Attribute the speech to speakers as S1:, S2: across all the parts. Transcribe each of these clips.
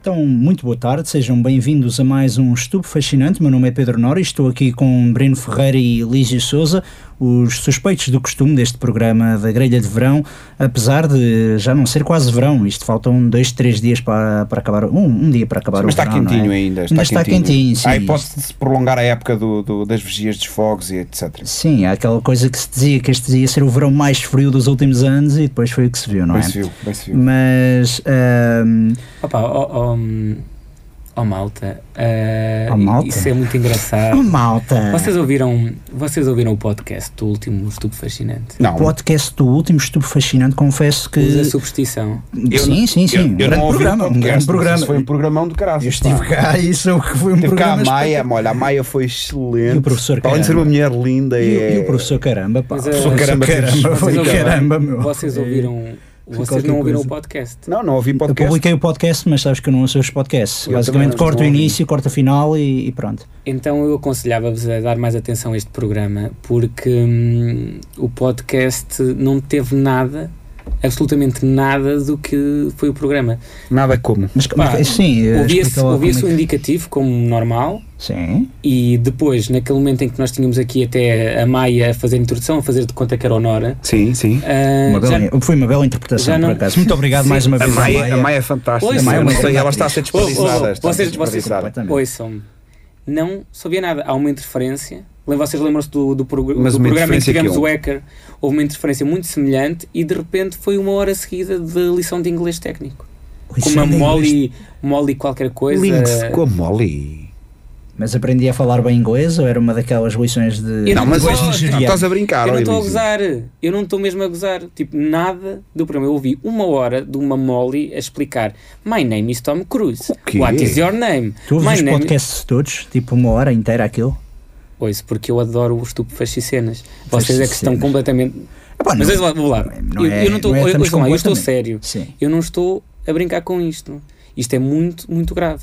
S1: Então, muito boa tarde, sejam bem-vindos a mais um Estupo Fascinante. Meu nome é Pedro Nora e estou aqui com Breno Ferreira e Lígia Souza, os suspeitos do costume deste programa da grelha de verão, apesar de já não ser quase verão, isto faltam dois, três dias para, para acabar, um, um dia para acabar
S2: Mas
S1: o
S2: está
S1: verão, não é?
S2: quentinho ainda.
S1: Ainda está quentinho, sim.
S2: Há hipótese de se prolongar a época do, do- das vigias dos fogos e etc.
S1: Sim, há aquela coisa que se dizia que este ia ser o verão mais frio dos últimos anos e depois foi o que se viu, não
S2: Bem
S1: é?
S2: se viu, bem se viu.
S1: Mas hum, ahm,
S3: Opa, ó ó, ó, malta, eh,
S1: Ó, malta?
S3: isso é muito
S1: oh,
S3: engraçado.
S1: malta,
S3: Vocês ouviram, vocês ouviram o podcast do último Estupo Fascinante?
S1: o
S2: Não,
S1: um podcast do último estupo fascinante, confesso que
S3: Usa substituição.
S2: eu
S1: sim,
S2: não-
S1: sim, sim,
S2: eu-
S1: um
S2: eu
S1: grande
S2: não ouvi o
S1: programa, um
S2: podcast,
S1: grande
S2: mas
S1: programa.
S2: isso Foi um programão do caralho.
S1: Eu estive cá e isso é o que foi um
S2: Teve cá
S1: programa
S2: a Maia,
S1: espetacular.
S2: olha, a Maia foi excelente.
S1: E o professor
S2: Para além de ser uma mulher linda,
S1: E, o-
S2: é...
S1: e o professor Caramba, pá.
S3: Mas, eh, Professor
S2: Caramba,
S1: Caramba,
S2: vocês
S1: foi
S3: ouviram-
S1: caramba, meu. É,
S3: Vocês ouviram, vocês
S1: qualquer
S3: não ouviram
S1: coisa.
S3: o podcast?
S2: Não, não ouvi
S1: Eu
S2: podcast.
S1: publiquei o podcast, mas sabes que eu não ouço os podcasts.
S2: Eu
S1: Basicamente
S2: também não
S1: corto o
S2: ouvi.
S1: início, corto a final e, e pronto.
S3: Então eu aconselhava-vos a dar mais atenção a este programa porque hum, o podcast não teve nada, absolutamente nada do que foi o programa.
S2: Nada como.
S1: Mas como é que-
S3: Pá,
S1: sim, eh,
S3: Ouvia-se
S1: explica lá
S3: ouvia-se o
S1: como é que-
S3: indicativo como normal,
S1: Sim,
S3: E depois, naquele momento em que nós tínhamos aqui até a Maia a fazer a introdução, a fazer de conta que era Honora,
S2: Sim, sim.
S3: ah,
S1: uma
S3: já-
S1: bela, foi uma bela interpretação
S3: já não-
S1: por acaso. Muito obrigado mais uma
S2: A
S1: vez.
S2: Maia,
S1: Maia.
S2: a Maia é fantástica.
S3: Pois,
S2: a Maia,
S3: é
S2: não
S3: uma
S2: sei,
S1: grande
S2: ela está a ser
S3: Oh, oh,
S2: desperdiçada. está a ser
S3: vocês, vocês,
S2: desperdiçada.
S1: completamente.
S3: ouçam-me, não sabia nada. Há uma interferência. Lem- Vocês lembram-se do, do, progr-
S2: Mas
S3: do
S2: uma
S3: programa em que
S2: interferência que
S3: tivemos
S2: houve?
S3: o Hacker? Houve uma interferência muito semelhante e de repente foi uma hora seguida de lição de inglês técnico.
S1: Ui, isso
S3: Com
S1: é
S3: uma
S1: lindo, isto.
S3: mole, mole qualquer coisa.
S2: Links com a Molly.
S1: Mas aprendi a falar bem inglês ou era uma daquelas lições de.
S3: Eu
S2: Não, mas
S3: gosto.
S2: não, estás a brincar.
S3: Eu não
S2: olha,
S3: estou a
S2: Luís.
S3: gozar, eu não estou mesmo a gozar. Tipo, nada do programa. Eu ouvi uma hora de uma Molly a explicar: My name is Tom Cruise.
S2: quê?
S3: What is your name?
S1: Tu ouves
S3: My
S2: né?
S1: os
S3: name.
S1: podcasts todos, tipo uma hora inteira aquilo.
S3: Ouço, porque eu adoro os cenas. Vocês é que estão
S1: Fascicenas.
S3: completamente.
S1: Epá,
S3: Mas
S1: não-
S3: veja lá, vou lá.
S1: não
S3: eu,
S1: é-
S3: eu não estou.
S1: não é
S3: eu-
S1: estamos
S3: ouçam lá, eu estou
S1: completamente.
S3: sério.
S1: Sim.
S3: Eu não estou a brincar com isto. Isto é muito, muito grave.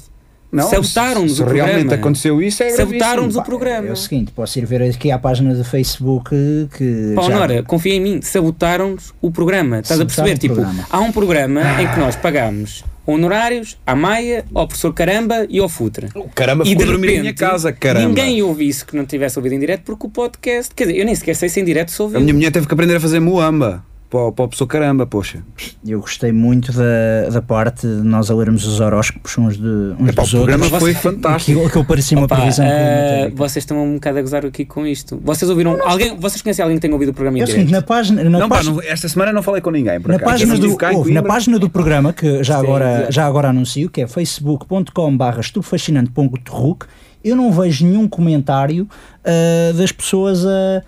S2: Não,
S3: Sabotaram-nos
S2: se
S3: o
S2: realmente
S3: programa.
S2: aconteceu isso, é
S3: Sabotaram-nos
S2: gravíssimo,
S3: o
S2: pá.
S3: programa.
S1: É o seguinte, posso ir ver aqui à página do Facebook que.
S3: Pá,
S1: já-
S3: Honora, confia em mim, sabotaram-nos o programa. Estás a
S1: Sabotaram
S3: perceber?
S1: o
S3: Tipo,
S1: programa. Ah.
S3: há um programa em que nós pagámos honorários à Maia, ao professor Caramba e ao Futre.
S2: Caramba,
S3: E
S2: fui
S3: de
S2: dormir
S3: repente,
S2: na minha casa, caramba.
S3: ninguém ouve isso que não tivesse ouvido em direto, porque o podcast. Quer dizer, eu nem sequer sei se em direto se
S2: A
S3: ouviu.
S2: minha mulher teve que aprender a fazer muamba. Para, para o pessoa caramba, poxa.
S1: Eu gostei muito da, da parte de nós a lermos os horóscopos uns, de, uns
S2: Epá, o
S1: dos outros.
S2: programa
S3: mas
S2: foi
S3: você-
S2: fantástico. eh,
S1: Aquilo que eu parecia uma
S3: Pá,
S1: previsão
S3: ah,
S1: climatérica.
S3: vocês estão um bocado a gozar aqui com isto. Vocês ouviram. Alguém, vocês conhecem alguém que tenha ouvido o
S1: É
S3: programa em
S1: o seguinte, na
S3: direto?
S1: página, na
S2: Não, pá,
S1: página,
S2: não- esta semana não falei com ninguém. Por
S1: na
S2: acaso.
S1: página
S2: Eu
S1: do,
S2: estive cá em
S1: ouve, na
S2: Coimbra.
S1: página do programa, que já
S3: Sim,
S1: agora,
S3: exato.
S1: já agora anuncio, que é facebook.com/estupefascinante.terruc, eu não vejo nenhum comentário ah, das pessoas a.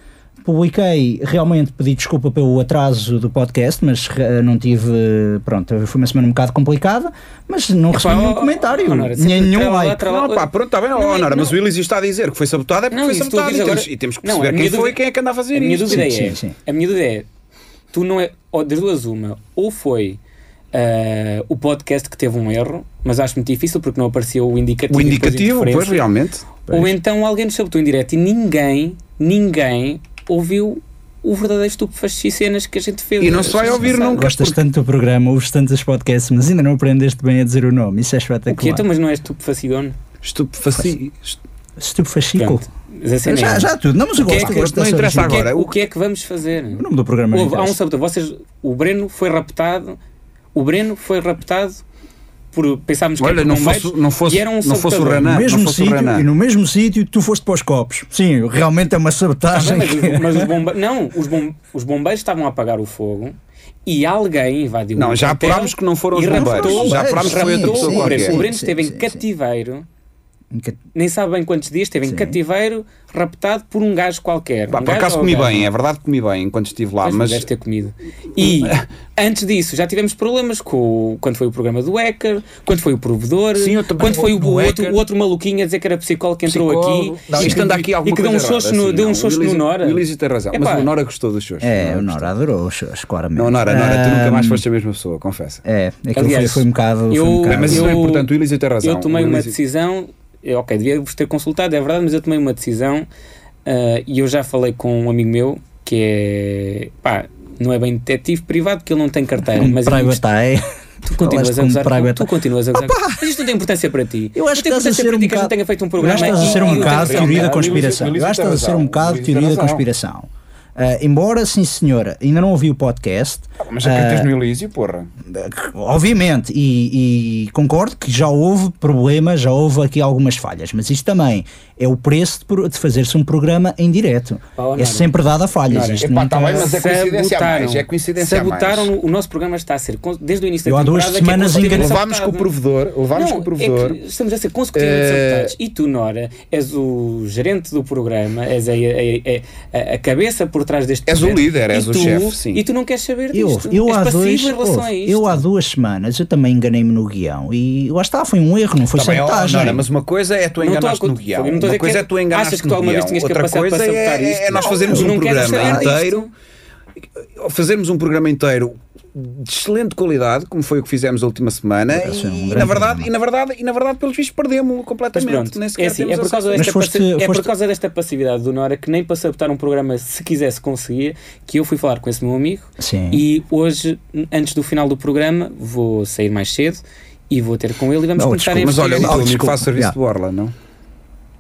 S1: Publiquei, realmente pedi desculpa pelo atraso do podcast, mas ah, não tive. Pronto, foi uma semana um bocado complicada, mas não recebi nenhum
S3: oh,
S1: comentário,
S3: Honora,
S1: nem
S3: sempre
S1: nenhum
S3: trava lá,
S1: like.
S3: trava lá.
S2: Não, pá, pronto, está bem,
S3: Não,
S2: ó, Honora,
S3: não.
S2: mas o Elisio está a dizer que foi sabotado, é porque
S3: Não,
S2: foi
S3: isso tu
S2: sabotado e
S3: diz
S2: temos,
S3: agora-
S2: e temos que
S3: Não, a
S2: perceber quem
S3: minha
S2: foi e
S3: dúvida-
S2: quem é que anda a fazer
S3: A minha
S2: isto.
S3: dúvida é,
S1: Sim, sim, sim.
S3: a minha dúvida é, tu não é, ou das duas uma, ou foi ah, o podcast que teve um erro, mas acho muito difícil porque não apareceu o indicativo.
S2: O
S3: e depois a
S2: indicativo, pois,
S3: interferência.
S2: realmente.
S3: Ou então alguém nos sabotou em direto e ninguém, ninguém ouviu o verdadeiro estupefacto e cenas que a gente fez.
S2: E não se vai ouvir nunca.
S1: Gostas tanto do programa, ouves tantos podcasts, mas ainda não aprendeste bem a dizer o nome. Isso é
S3: O que é,
S1: espetacular.
S3: então, mas não é estupefacidone?
S2: Estupefaci...
S1: Estupefacico.
S3: Pronto, mas a cena é
S1: Já,
S3: essa.
S1: já tudo. Não, mas eu
S3: O que é
S1: gosto,
S3: que-
S1: gosto
S2: não
S1: dessa origem.
S2: interessa
S3: O que, é,
S2: Agora,
S3: o
S2: o-
S3: que é que vamos fazer?
S1: O nome do programa é
S3: Houve-
S1: não
S3: há um
S1: interessa.
S3: saboteur. Vocês, o Breno foi raptado. O Breno foi raptado por pensarmos que
S2: Olha,
S3: era
S2: não
S3: bombeiros
S2: fosse, não fosse,
S3: e era um
S2: não fosse o
S3: sabotador.
S2: Renan,
S1: No
S2: não
S1: mesmo
S2: fosse o
S1: sítio
S2: Renan.
S1: e no mesmo sítio tu foste para os copos. Sim, realmente é uma
S3: Ah,
S1: sabotagem.
S3: mas, os- mas os bombeiros. Não, os, bom- os bombeiros estavam a apagar o fogo e alguém invadiu
S2: Não,
S3: o
S2: já
S3: quartel
S2: apurámos que não foram os
S3: e raptou-
S2: bombeiros. Já apurámos que foi outra
S1: sim,
S2: pessoa
S1: sim,
S3: o Breno,
S2: qualquer.
S3: o Breno
S1: Sim,
S3: esteve
S1: sim,
S3: em
S1: sim.
S3: cativeiro,
S1: Que-
S3: nem sabe bem quantos dias, esteve
S1: Sim.
S3: em cativeiro, raptado por um gajo qualquer.
S2: Pá,
S3: um
S2: por
S3: gajo
S2: acaso
S3: ou
S2: comi
S3: gajo.
S2: bem, é verdade que comi bem enquanto estive lá,
S3: Mas não
S2: Ah, mas Hum.
S3: deves ter comido. E antes disso, já tivemos problemas com o- quando foi o programa do Hacker, quando foi o provedor,
S2: Sim, eu também.
S3: quando foi o,
S2: Do
S3: o outro,
S2: Hacker.
S3: o outro maluquinho a dizer que era psicólogo que entrou
S2: Psicólogo.
S3: aqui.
S2: Não,
S3: e
S2: isto
S3: que-
S2: anda aqui alguma
S3: e que deu um
S2: coisa
S3: xoxo
S2: errada,
S3: no,
S2: assim,
S3: deu um
S2: não.
S3: xoxo
S2: O
S3: no
S2: Elísio-
S3: Nora.
S2: O Elísio tem razão, mas
S3: Epá.
S2: o Nora gostou dos xoxos.
S1: É,
S2: Nora
S1: o Nora adorou os shows, claramente.
S2: Não, Nora, Nora, tu
S1: Ah,
S2: nunca mais foste a mesma pessoa, confessa.
S1: É, aquilo foi,
S3: Aliás,
S1: foi um bocado. foi
S3: eu-
S1: um bocado-
S2: Bem, mas isso não é
S3: eu-
S2: importante, o Elísio tem razão.
S3: Eu tomei
S2: O
S3: uma
S2: Elísio-
S3: decisão, eu, ok, devia-vos ter consultado, é verdade, mas eu tomei uma decisão ah, e eu já falei com um amigo meu que é, pá, não é bem detetive privado, porque ele não tem carteira,
S1: um
S3: mas ele
S1: private eye.
S3: Tu continuas
S1: falaste
S3: a
S1: como
S3: é gozar. Tu,
S1: private-
S3: tu continuas a gozar. Mas isto não tem importância para ti.
S1: Eu acho
S3: não tem
S1: que estás a
S3: importância
S1: ser
S3: para
S1: um
S3: ti que a gente
S1: bocado-
S3: tenha feito um
S1: Eu
S3: programa.
S1: acho que estás a
S3: e-
S1: ser
S3: e
S1: um
S3: eu
S1: bocado
S3: tenho
S1: teoria da
S3: razão.
S1: conspiração. Eu acho que estás a ser um bocado teoria da conspiração. Ah, embora, sim senhora, ainda não ouvi o podcast,
S3: Ah,
S1: ah,
S2: Mas acreditas no Elísio, porra.
S1: obviamente, e, e concordo que já houve problemas, já houve aqui algumas falhas, mas isto também é o preço de, pro- de fazer-se um programa em direto.
S3: Pá, ó,
S1: é
S3: Nara.
S1: sempre dado a falhas.
S3: Nara,
S1: isto
S2: epá,
S1: nunca-
S2: tá bem, mas é coincidência a mais, é coincidência a mais.
S3: Sabotaram o nosso programa está a ser con- desde o início
S1: Eu
S3: da
S1: há duas
S3: temporada. que é
S1: semanas
S3: consecutivamente
S1: enganei-
S2: Levámos com o
S3: sabotado.
S2: provedor, levámos
S3: Não,
S2: com o provedor.
S3: É que estamos a ser consecutivamente
S2: Eh,
S3: sabotados. E tu, Nora, és o gerente do programa, és a, a- a- a- a cabeça por trás deste
S2: És o
S3: projeto.
S2: líder, és
S3: E
S2: o
S3: tu-
S2: chefe, sim.
S3: E tu não queres saber
S2: é
S1: Eu,
S3: disto.
S1: eu,
S3: és
S1: há
S3: passivo
S1: dois,
S3: em relação a
S1: ouve,
S3: isto.
S1: eu há duas semanas eu também enganei-me no guião e lá está, foi um erro, não foi
S2: Tá bem, ó,
S1: sabotagem.
S2: Nora, mas uma coisa é tu
S3: Não estou a
S2: enganaste
S3: con-
S2: no guião,
S3: Fogo, não estou a
S2: uma
S3: dizer
S2: coisa
S3: que
S2: é tu enganaste
S3: achas que
S2: no
S3: tu alguma vez
S2: guião,
S3: tinhas
S2: outra
S3: capacidade para
S2: coisa
S3: sabotar
S2: é,
S3: isto.
S2: é nós
S3: Não,
S2: fazermos
S3: eu
S2: um
S3: não quero
S2: programa
S3: saber disto.
S2: inteiro, fazermos um programa inteiro de excelente qualidade, como foi o que fizemos a última semana,
S1: Por acaso é um
S2: e, e na
S1: grande
S2: verdade,
S1: programa.
S2: e na verdade, e na verdade, pelos vistos, perdemos-lo
S3: Mas
S2: completamente.
S3: pronto,
S2: nem sequer
S3: é, assim,
S2: temos
S3: é por causa
S2: acesso.
S3: desta,
S1: Mas foste-
S3: passi- é por
S1: foste-
S3: causa desta passividade do Nora que nem para sabotar um programa se quisesse conseguia, que eu fui falar com esse meu amigo
S1: Sim.
S3: e hoje, n- antes do final do programa, vou sair mais cedo e vou ter com ele e vamos
S1: Não,
S3: começar
S1: desculpa,
S2: Mas
S3: a
S2: olha, o
S1: Ah,
S2: teu
S3: investigar
S2: amigo
S1: desculpa,
S2: faz serviço
S1: já.
S2: de borla, não?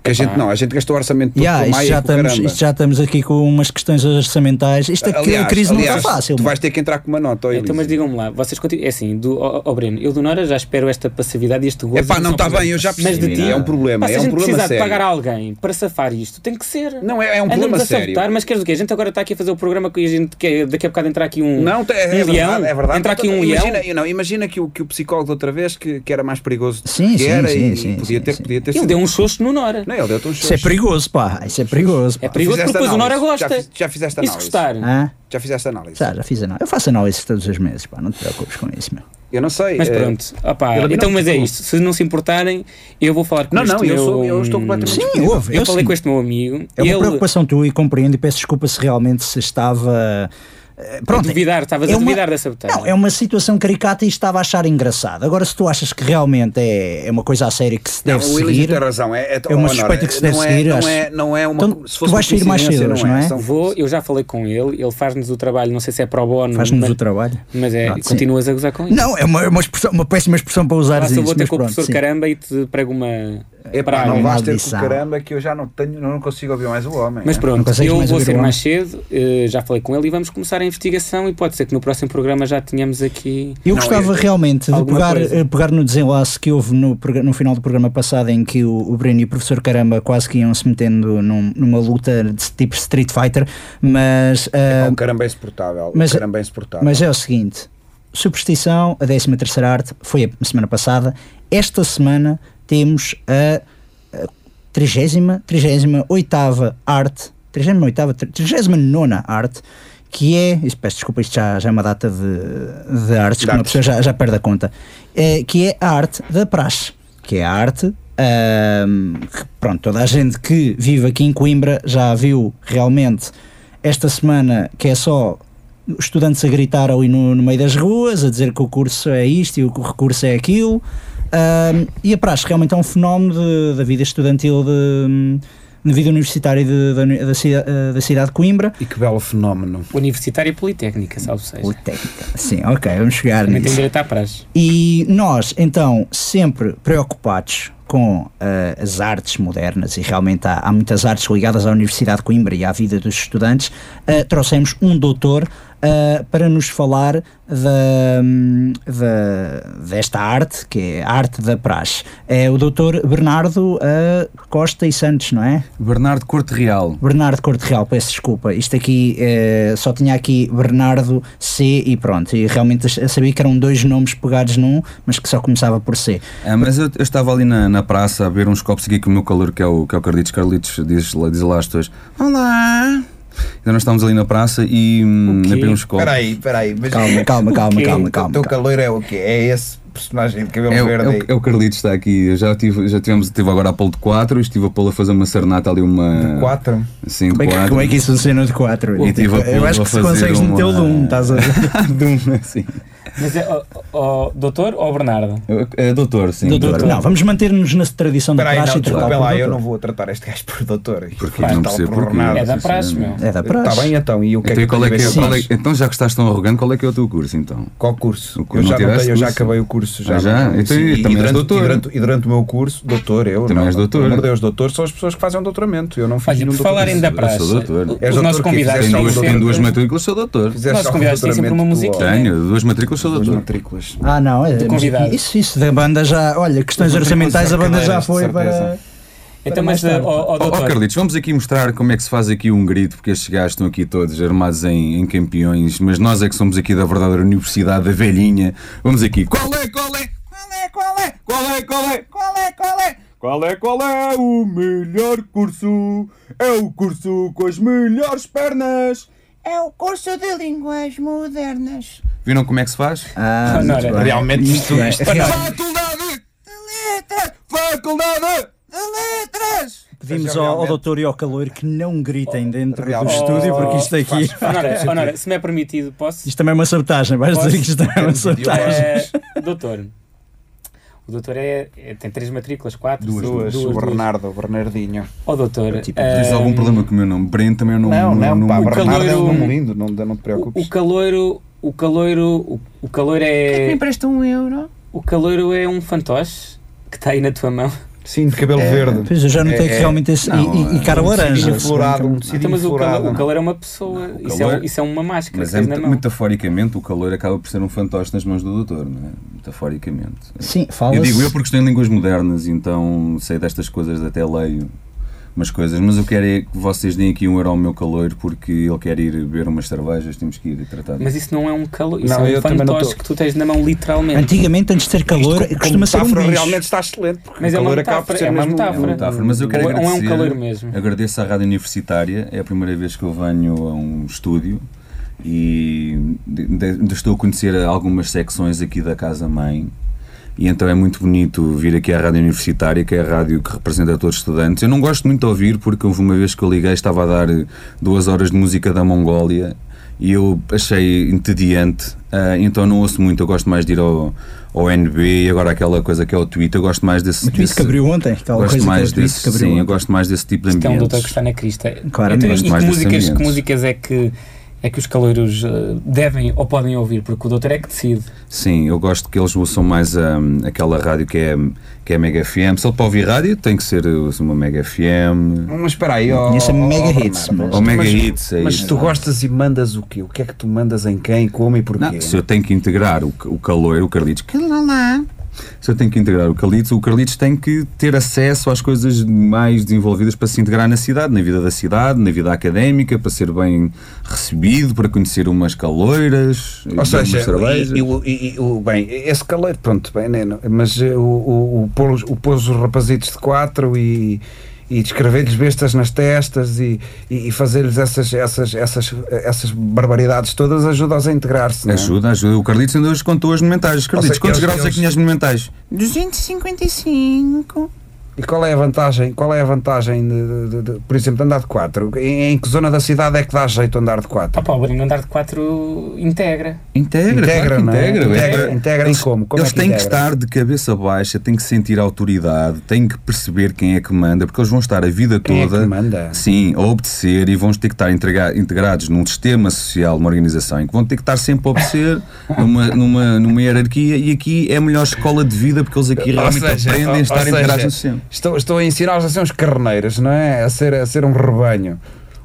S2: Que a
S3: Ah.
S2: gente não, a gente gastou o orçamento todo
S1: Yeah,
S2: com
S1: isto,
S2: Maia
S1: já
S2: e com
S1: estamos,
S2: caramba.
S1: isto já estamos aqui com umas questões orçamentais. Isto aqui, a crise não
S2: aliás,
S1: está fácil.
S2: Tu
S1: mano.
S2: vais ter que entrar com uma nota, ó,
S3: Então, mas
S2: Elísio.
S3: digam-me lá, vocês continuam. É assim, do, ó, ó, Breno, eu do Nora já espero esta passividade e este gozo.
S2: Epá,
S3: Não
S2: não
S3: são
S2: está bem, eu já
S3: problemas.
S2: percebi.
S3: Mas de ti,
S2: é um problema,
S3: Pá, se
S2: é
S3: a
S2: um
S3: gente
S2: problema
S3: precisar de
S2: sério.
S3: pagar alguém para safar isto, tem que ser.
S2: Não, é, é um
S3: Andamos
S2: problema
S3: a
S2: sério.
S3: sabotar, mas queres o quê? A gente agora está aqui a fazer o programa que a gente quer daqui a bocado entrar aqui um,
S2: Não, é, é
S3: um leão.
S2: verdade, é verdade.
S3: Entra aqui um leão.
S2: imagina, Não, imagina que o, que o psicólogo da outra vez que, que era mais perigoso do
S1: Sim,
S2: que
S1: sim,
S2: era
S1: sim,
S2: e
S1: sim,
S2: podia
S1: sim,
S2: ter,
S1: sim.
S2: podia ter
S3: Ele
S2: sido.
S3: deu um xoxo no Nora.
S2: Não, ele deu-te um
S1: Isso é perigoso, pá. Isso é perigoso. Pá.
S3: É perigoso porque
S2: Fizeste
S3: depois o Nora
S2: análise, já
S3: gosta.
S2: fiz- já fizeste
S3: E se
S2: análise.
S3: gostar?
S1: Hã?
S2: Já fizeste análise.
S1: Já, já fiz análise. Eu faço análise todos os meses, pá. Não te preocupes com isso, meu.
S2: Eu não sei.
S3: Mas
S2: eh,
S3: pronto, opá,
S2: ele-
S3: então
S2: não,
S3: mas é
S2: tipo-
S3: isto. Se não se importarem, eu vou falar com
S2: Não,
S3: este
S2: não, eu
S3: meu-
S2: sou- eu estou completamente
S1: Sim,
S2: disponível.
S1: houve.
S3: Eu,
S1: Eu
S3: falei
S1: sim.
S3: com este meu amigo.
S1: É uma
S3: ele
S1: preocupação tua e compreendo e peço desculpa se realmente se estava. eh,
S3: a
S1: Pronto,
S3: duvidar, estavas
S1: é
S3: a
S1: uma-
S3: duvidar dessa batalha.
S1: Não, é uma situação caricata e estava a achar engraçado. Agora, se tu achas que realmente é, é uma coisa a sério que se
S2: Não,
S1: deve
S2: o
S1: seguir.
S2: Elísio tem razão. É, é,
S1: é uma
S2: oh, Nora,
S1: suspeita que se deve
S2: não é,
S1: seguir,
S2: Não
S1: acho.
S2: é, não é uma.
S1: Então,
S2: se
S1: tu
S2: fosse
S1: vais sair mais cedo
S2: coincidência, Então,
S1: hoje, não é?
S2: São-
S3: Vou, eu já falei com ele, ele faz-nos o trabalho, não sei se é pro bono,
S1: Faz-nos
S3: mas,
S1: o trabalho.
S3: mas é,
S1: Pronto, sim.
S3: continuas a gozar com isso.
S1: Não, é uma, é uma, expressão- uma péssima expressão para usar
S3: Ah, se
S1: isso.
S3: eu vou ter
S1: mas
S3: com o
S1: pronto,
S3: professor
S1: sim.
S3: caramba e te prego uma
S2: Epá,
S3: praga.
S2: não vais ter com
S1: Maldição.
S2: caramba que eu já não tenho, não consigo ouvir mais o homem.
S3: Mas
S2: é?
S1: Não
S3: pronto,
S1: consegues
S3: eu
S1: mais
S3: vou
S1: ouvir
S3: sair
S1: o
S3: mais cedo, eh, já falei com ele e vamos começar a investigação e pode ser que no próximo programa já tenhamos aqui.
S1: Eu
S2: Não, é,
S1: gostava
S2: eu-
S1: realmente de
S3: alguma
S1: pegar,
S3: coisa.
S1: eh, pegar no desenlace que houve no, progra- no final do programa passado em que o, o Breno e o professor Caramba quase que iam se metendo num- numa luta de tipo Street Fighter, mas,
S2: Epá,
S1: ah,
S2: o caramba é insuportável.
S1: mas-
S2: o caramba é insuportável.
S1: mas é o seguinte: Superstição, a 13 terceira arte, foi a semana passada. Esta semana temos a, a 30 38 arte, 38 39 arte. Que é, isso, peço desculpa, isto já, já é uma data de, de artes,
S2: De
S1: que uma
S2: artes.
S1: pessoa já, já perde a conta, eh, que é a arte da praxe, que é a arte ahm, que, pronto, toda a gente que vive aqui em Coimbra já viu realmente esta semana que é só estudantes a gritar ali no, no meio das ruas, a dizer que o curso é isto e o recurso é aquilo, ahm, e a praxe realmente é um fenómeno de- da vida estudantil de... de vida universitária de- da, uni- da cida- eh, da cidade de Coimbra.
S2: E que belo fenómeno.
S3: Universitária e Politécnica, salvo seja.
S1: Politécnica. Sim, ok, vamos chegar
S3: Também tem
S1: nisso.
S3: direito à praxe.
S1: E nós, então, sempre preocupados com ah, as artes modernas, e realmente há, há muitas artes ligadas à Universidade de Coimbra e à vida dos estudantes, ah, trouxemos um doutor ah, para nos falar da, hum, da- desta arte, que é a arte da praxe. É o doutor Bernardo ah, Costa e Santos, não é?
S4: Bernardo Corte Real.
S1: Bernardo Corte Real, peço desculpa, isto aqui eh, só tinha aqui Bernardo C e pronto, e realmente eu sabia que eram dois nomes pegados num, mas que só começava por C.
S4: Ah, mas eu, eu estava ali na, na praça a beber uns copos aqui com o meu calor, que é o, que é o Carlitos. Carlitos diz, lá- diz lá às pessoas: Olá! Então nós estávamos ali na praça e hum,
S3: O quê?
S4: a beber uns copos.
S2: Espera aí, espera aí. mas-
S1: Calma, calma, calma, calma,
S2: O
S1: calma.
S2: teu
S1: calma.
S2: calor é o quê? É esse personagem de cabelo
S4: É, o- é,
S2: verde aí.
S4: o, é o Carlitos que está aqui. Eu já, tive, já tivemos, tive agora a polo de 4 e estive a polo a fazer uma serenata ali, uma.
S2: Quatro.
S4: Sim,
S1: Como é, que,
S4: quatro.
S1: como é que isso funciona de 4?
S4: E tive a
S1: Eu acho que se
S4: é fazer
S1: consegues
S4: uma-
S1: meter o de 1, estás a ver?
S4: de um, assim.
S3: Mas é, ó, ó, doutor ou Bernardo?
S4: Eu- é doutor, sim.
S1: Doutor,
S4: doutor.
S1: não, vamos manter-nos na tradição da
S2: Espera aí,
S1: praxe
S2: não,
S1: e tratar
S2: desculpa
S1: por
S2: lá, eu
S1: doutor.
S2: não vou tratar este gajo por doutor.
S4: Porquê? Não percebo porquê.
S3: É da
S4: sim,
S3: praxe,
S4: sim.
S3: meu.
S1: É da praxe.
S2: Está bem então, e o que
S4: Então, e
S2: é que
S4: qual é
S2: tem a
S4: que
S2: ver
S4: é-
S2: com
S4: qual é-
S2: isso?
S4: então, já que estás tão arrogante, qual é que é o teu curso então?
S2: Qual curso?
S4: O que
S2: Eu já
S4: não
S2: não
S4: tiveste
S2: tenho, eu já
S4: curso?
S2: acabei o curso. Já,
S4: Ah, já?
S2: não-
S4: Então,
S2: sim,
S4: e também és
S2: durante,
S4: doutor.
S2: E durante, e durante o meu curso, doutor, eu.
S4: Também
S2: não,
S4: és doutor.
S2: Pelo amor de Deus, doutor são as pessoas que fazem um doutoramento. Eu não fiz
S3: Olha,
S2: nenhum
S3: por falarem da
S2: doutoramento.
S3: praxe,
S4: sou
S1: É
S4: doutor.
S3: o-
S2: És
S3: os nossos
S2: doutor, quem
S3: convidados
S2: quiser, sou
S4: Tem
S3: têm
S1: um
S4: duas,
S2: doutor.
S4: tem duas
S3: sempre...
S4: matrículas, sou doutor.
S2: Fizeste
S3: Nós
S2: algum
S3: convidados têm sempre uma
S2: doutoramento tu,
S3: musiquinha.
S1: né?
S4: Tenho, duas matrículas, sou
S2: Duas
S4: doutor.
S2: matrículas.
S1: Ah, não, é,
S3: Do convidado.
S1: isso, isso da banda já. Olha, questões
S2: Vou
S1: orçamentais, a banda já
S2: cadeiras, de
S1: foi para.
S2: certeza.
S3: Então, mas, ó, ó,
S4: Ó
S3: doutor,
S4: Carlitos, vamos aqui mostrar como é que se faz aqui um grito, porque estes gajos estão aqui todos armados em, em campeões, mas nós é que somos aqui da verdadeira Universidade da Velhinha. Vamos aqui. Qual é, qual é? Qual é, qual é? Qual é, qual é? Qual é, qual é? Qual é, qual é o melhor curso? É o curso com as melhores pernas.
S5: É o curso de línguas modernas.
S4: Viram como é que se faz? é
S1: Ah, é.
S3: Não,
S1: muito
S3: não,
S1: bem.
S2: Realmente isto
S1: Muito bem.
S4: Faculdade de Letras! Faculdade de Letras!
S1: Pedimos ao, ao doutor e ao calor que não
S2: Oh,
S1: gritem dentro do
S2: Realmente.
S1: estúdio, porque
S2: oh,
S1: isto aqui.
S3: Oh, Honora, Honora, se me é permitido, posso?
S1: Isto também é uma sabotagem, vais
S3: Posso?
S1: dizer que isto é uma sabotagem.
S3: É, doutor, o doutor é, é- tem três matrículas, quatro,
S2: Duas, duas, o
S3: duas.
S2: Bernardo, o Bernardinho.
S3: Ó
S4: é
S3: doutor,
S1: Tipo,
S3: eh,
S4: Tens algum problema com o meu nome? Breno também é um nome
S2: Não, não,
S4: nome
S2: pá,
S4: muito-
S2: Bernardo é um
S3: caloiro-
S2: nome lindo, não, não te
S3: o,
S2: preocupes.
S3: o caloiro, o caloiro, o, o caloiro
S5: Me
S3: é,
S5: empresta um euro.
S3: o caloiro é um fantoche que está aí na tua mão.
S2: Sim, de cabelo verde.
S1: Pois eu já notei
S2: É,
S1: que
S2: é.
S1: realmente esse.
S4: Não,
S1: e, e, e cara
S4: é um
S1: laranja.
S2: Sim, florado, um
S3: Então,
S2: decidinho
S3: mas o caloiro,
S2: florado.
S3: o caloiro é uma pessoa,
S4: Não, o
S3: isso, é,
S4: caloiro-
S3: um- isso é uma máscara
S4: Mas
S3: que
S4: é,
S3: tens na mão.
S4: metaforicamente o calor acaba por ser um fantoche nas mãos do doutor, não é? Metaforicamente.
S1: Sim,
S4: Eu digo eu
S1: fala-se.
S4: porque estou em línguas modernas, então sei destas coisas, até leio umas coisas, mas eu quero é que vocês deem aqui um euro ao meu calor porque ele quer ir beber umas cervejas, temos que ir tratar.
S3: Mas isso não é um calor, isso
S2: Não,
S3: é um
S2: eu também não
S3: fantoche
S2: tô-
S3: que tu tens na mão literalmente.
S1: Antigamente, antes de ter calor,
S2: Isto, como
S1: costuma ser um
S2: metáfora,
S1: bicho.
S2: realmente está excelente, porque
S3: Mas
S2: o
S3: é uma
S2: calor acaba por
S3: metáfora,
S2: ser
S3: é uma
S2: mesmo-
S3: metáfora.
S4: É uma metáfora, mas eu quero
S3: Ou é- ou é um
S4: agradecer-
S3: caloiro mesmo.
S4: Agradeço à Rádio Universitária, é a primeira vez que eu venho a um estúdio e de- de- estou a conhecer algumas secções aqui da Casa Mãe. E então é muito bonito vir aqui à Rádio Universitária, que é a rádio que representa todos os estudantes. Eu não gosto muito de ouvir, porque houve uma vez que eu liguei, estava a dar eh, duas horas de música da Mongólia e eu achei entediante, ah, então não ouço muito. Eu gosto mais de ir ao, ao NB e agora aquela coisa que é o Twitter. Eu gosto mais desse.
S1: O tweet
S4: desse-
S1: que abriu ontem, aquela
S4: gosto
S1: coisa
S4: mais
S1: que é o tweet que
S4: desse,
S1: abriu
S4: sim, eu
S1: ontem.
S4: gosto mais desse tipo de
S3: Isto é um doutor que
S4: ambiente.
S3: está na crista.
S1: Claro,
S3: Então,
S1: mas
S3: e
S4: mais
S3: que músicas,
S4: descendentes.
S3: que músicas é que é que os calouros eh, devem ou podem ouvir? Porque o doutor é que decide.
S4: Sim, eu gosto que eles ouçam mais hum, aquela rádio que é, que é Mega FM. Se ele para ouvir rádio, tem que ser uh, uma Mega FM
S2: é Mas espera aí, ó.
S3: é
S1: Conheço a
S2: ó,
S1: mega
S2: ó,
S1: hits,
S2: Bernardo.
S1: mas-
S4: ou Mega
S2: mas-
S4: Hits. É
S2: Mas
S4: isso.
S2: tu gostas e mandas o quê? O que é que tu mandas em quem, como e porquê?
S4: Não, se eu tenho que integrar o, o calor, o Carlitos, que lá lá. Se eu tenho que integrar o Carlitos, o Carlitos tem que ter acesso às coisas mais desenvolvidas para se integrar na cidade, na vida da cidade, na vida académica, para ser bem recebido, para conhecer umas caloiras,
S2: Ou
S4: umas
S2: seja,
S4: cervejas.
S2: e, e o- e- e o- bem, esse caleiro, pronto, bem, né, não- mas eh, o, o, o pôr os- o pôr os rapazitos de quatro e, e descrever-lhes bestas nas testas e, e, e fazer-lhes essas, essas, essas, essas barbaridades todas ajuda-os a integrar-se. não é?
S4: Ajuda, ajuda. O Carlitos ainda hoje contou as mentais. Carlitos,
S2: Ou seja,
S4: quantos
S2: eles-
S4: graus é que
S2: eles-
S4: tinhas monumentais?
S5: 255.
S2: E qual é a vantagem, qual é a vantagem de, de- de- por exemplo, de andar de quatro? Em, em que zona da cidade é que dá jeito andar de quatro?
S3: Ah, pá, o Bruno andar de 4 integra.
S4: Integra,
S2: Integra,
S4: claro que
S2: não é?
S4: integra.
S2: Integra-
S4: Integra.
S2: integra em
S4: eles,
S2: como? Como é
S4: eles
S2: que
S4: têm que
S2: integra?
S4: estar de cabeça baixa, têm que sentir autoridade, têm que perceber quem é que manda, porque eles vão estar a vida
S2: Quem é que
S4: toda
S2: manda?
S4: sim, a obedecer e vão ter que estar integra- integrados num sistema social, numa organização, em que vão ter que estar sempre a obedecer numa, numa, numa hierarquia e aqui é a melhor escola de vida porque eles aqui realmente aprendem a estar integrados no sistema.
S2: Estou, estou a ensinar-los a ser uns carneiros, não é? A ser, a ser um rebanho.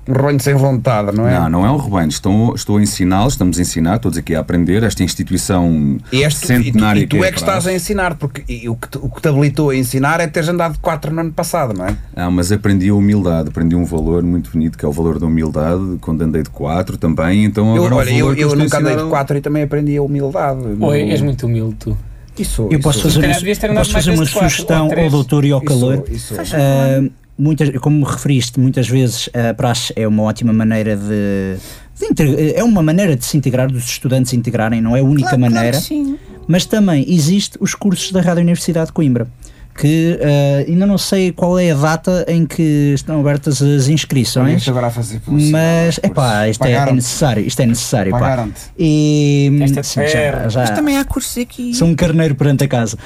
S2: Um rebanho sem vontade, não é?
S4: Não, não é um rebanho. Estou, estou a ensiná-los, estamos a ensinar, todos aqui a aprender. Esta instituição
S2: E, és tu, e, tu,
S4: centenária
S2: e tu é que
S4: a
S2: estás
S4: praça.
S2: a ensinar, porque e o, que te, o que te habilitou a ensinar é teres andado de 4 no ano passado, não é?
S4: Ah, mas aprendi a humildade, aprendi um valor muito bonito que é o valor da humildade, quando andei de 4 também, então
S2: Eu,
S4: agora
S2: olha,
S4: o valor
S2: eu,
S4: que
S2: eu
S4: eles me
S2: nunca andei de
S4: ensinaram-
S2: 4 e também aprendi a humildade.
S3: Ou
S2: Não-
S3: é- és muito humilde tu.
S2: Isso,
S1: Eu
S2: isso.
S1: posso fazer,
S3: calhar devias ter
S1: uma-
S3: andado
S1: posso
S3: mais
S1: fazer uma
S3: vezes de quatro,
S1: sugestão
S3: ou três.
S1: ao doutor e ao calor.
S2: Isso, isso.
S1: Ah, muitas, como referiste, muitas vezes a praxe é uma ótima maneira de. de inte- É uma maneira de se integrar, dos estudantes integrarem, não é a única
S5: Claro, claro
S1: maneira,
S5: que sim.
S1: mas também existe os cursos da Rádio Universidade de Coimbra. que eh, ainda não sei qual é a data em que estão abertas as inscrições,
S2: Isto agora a fazer publicidade.
S1: mas é pá, isto é, é
S2: Pagaram-te.
S1: necessário, isto é necessário, pá.
S2: Pagaram-te.
S1: E
S3: Esta
S1: sim, já,
S3: terra.
S1: já-
S5: Mas também há cursos aqui.
S1: sou um carneiro perante a casa.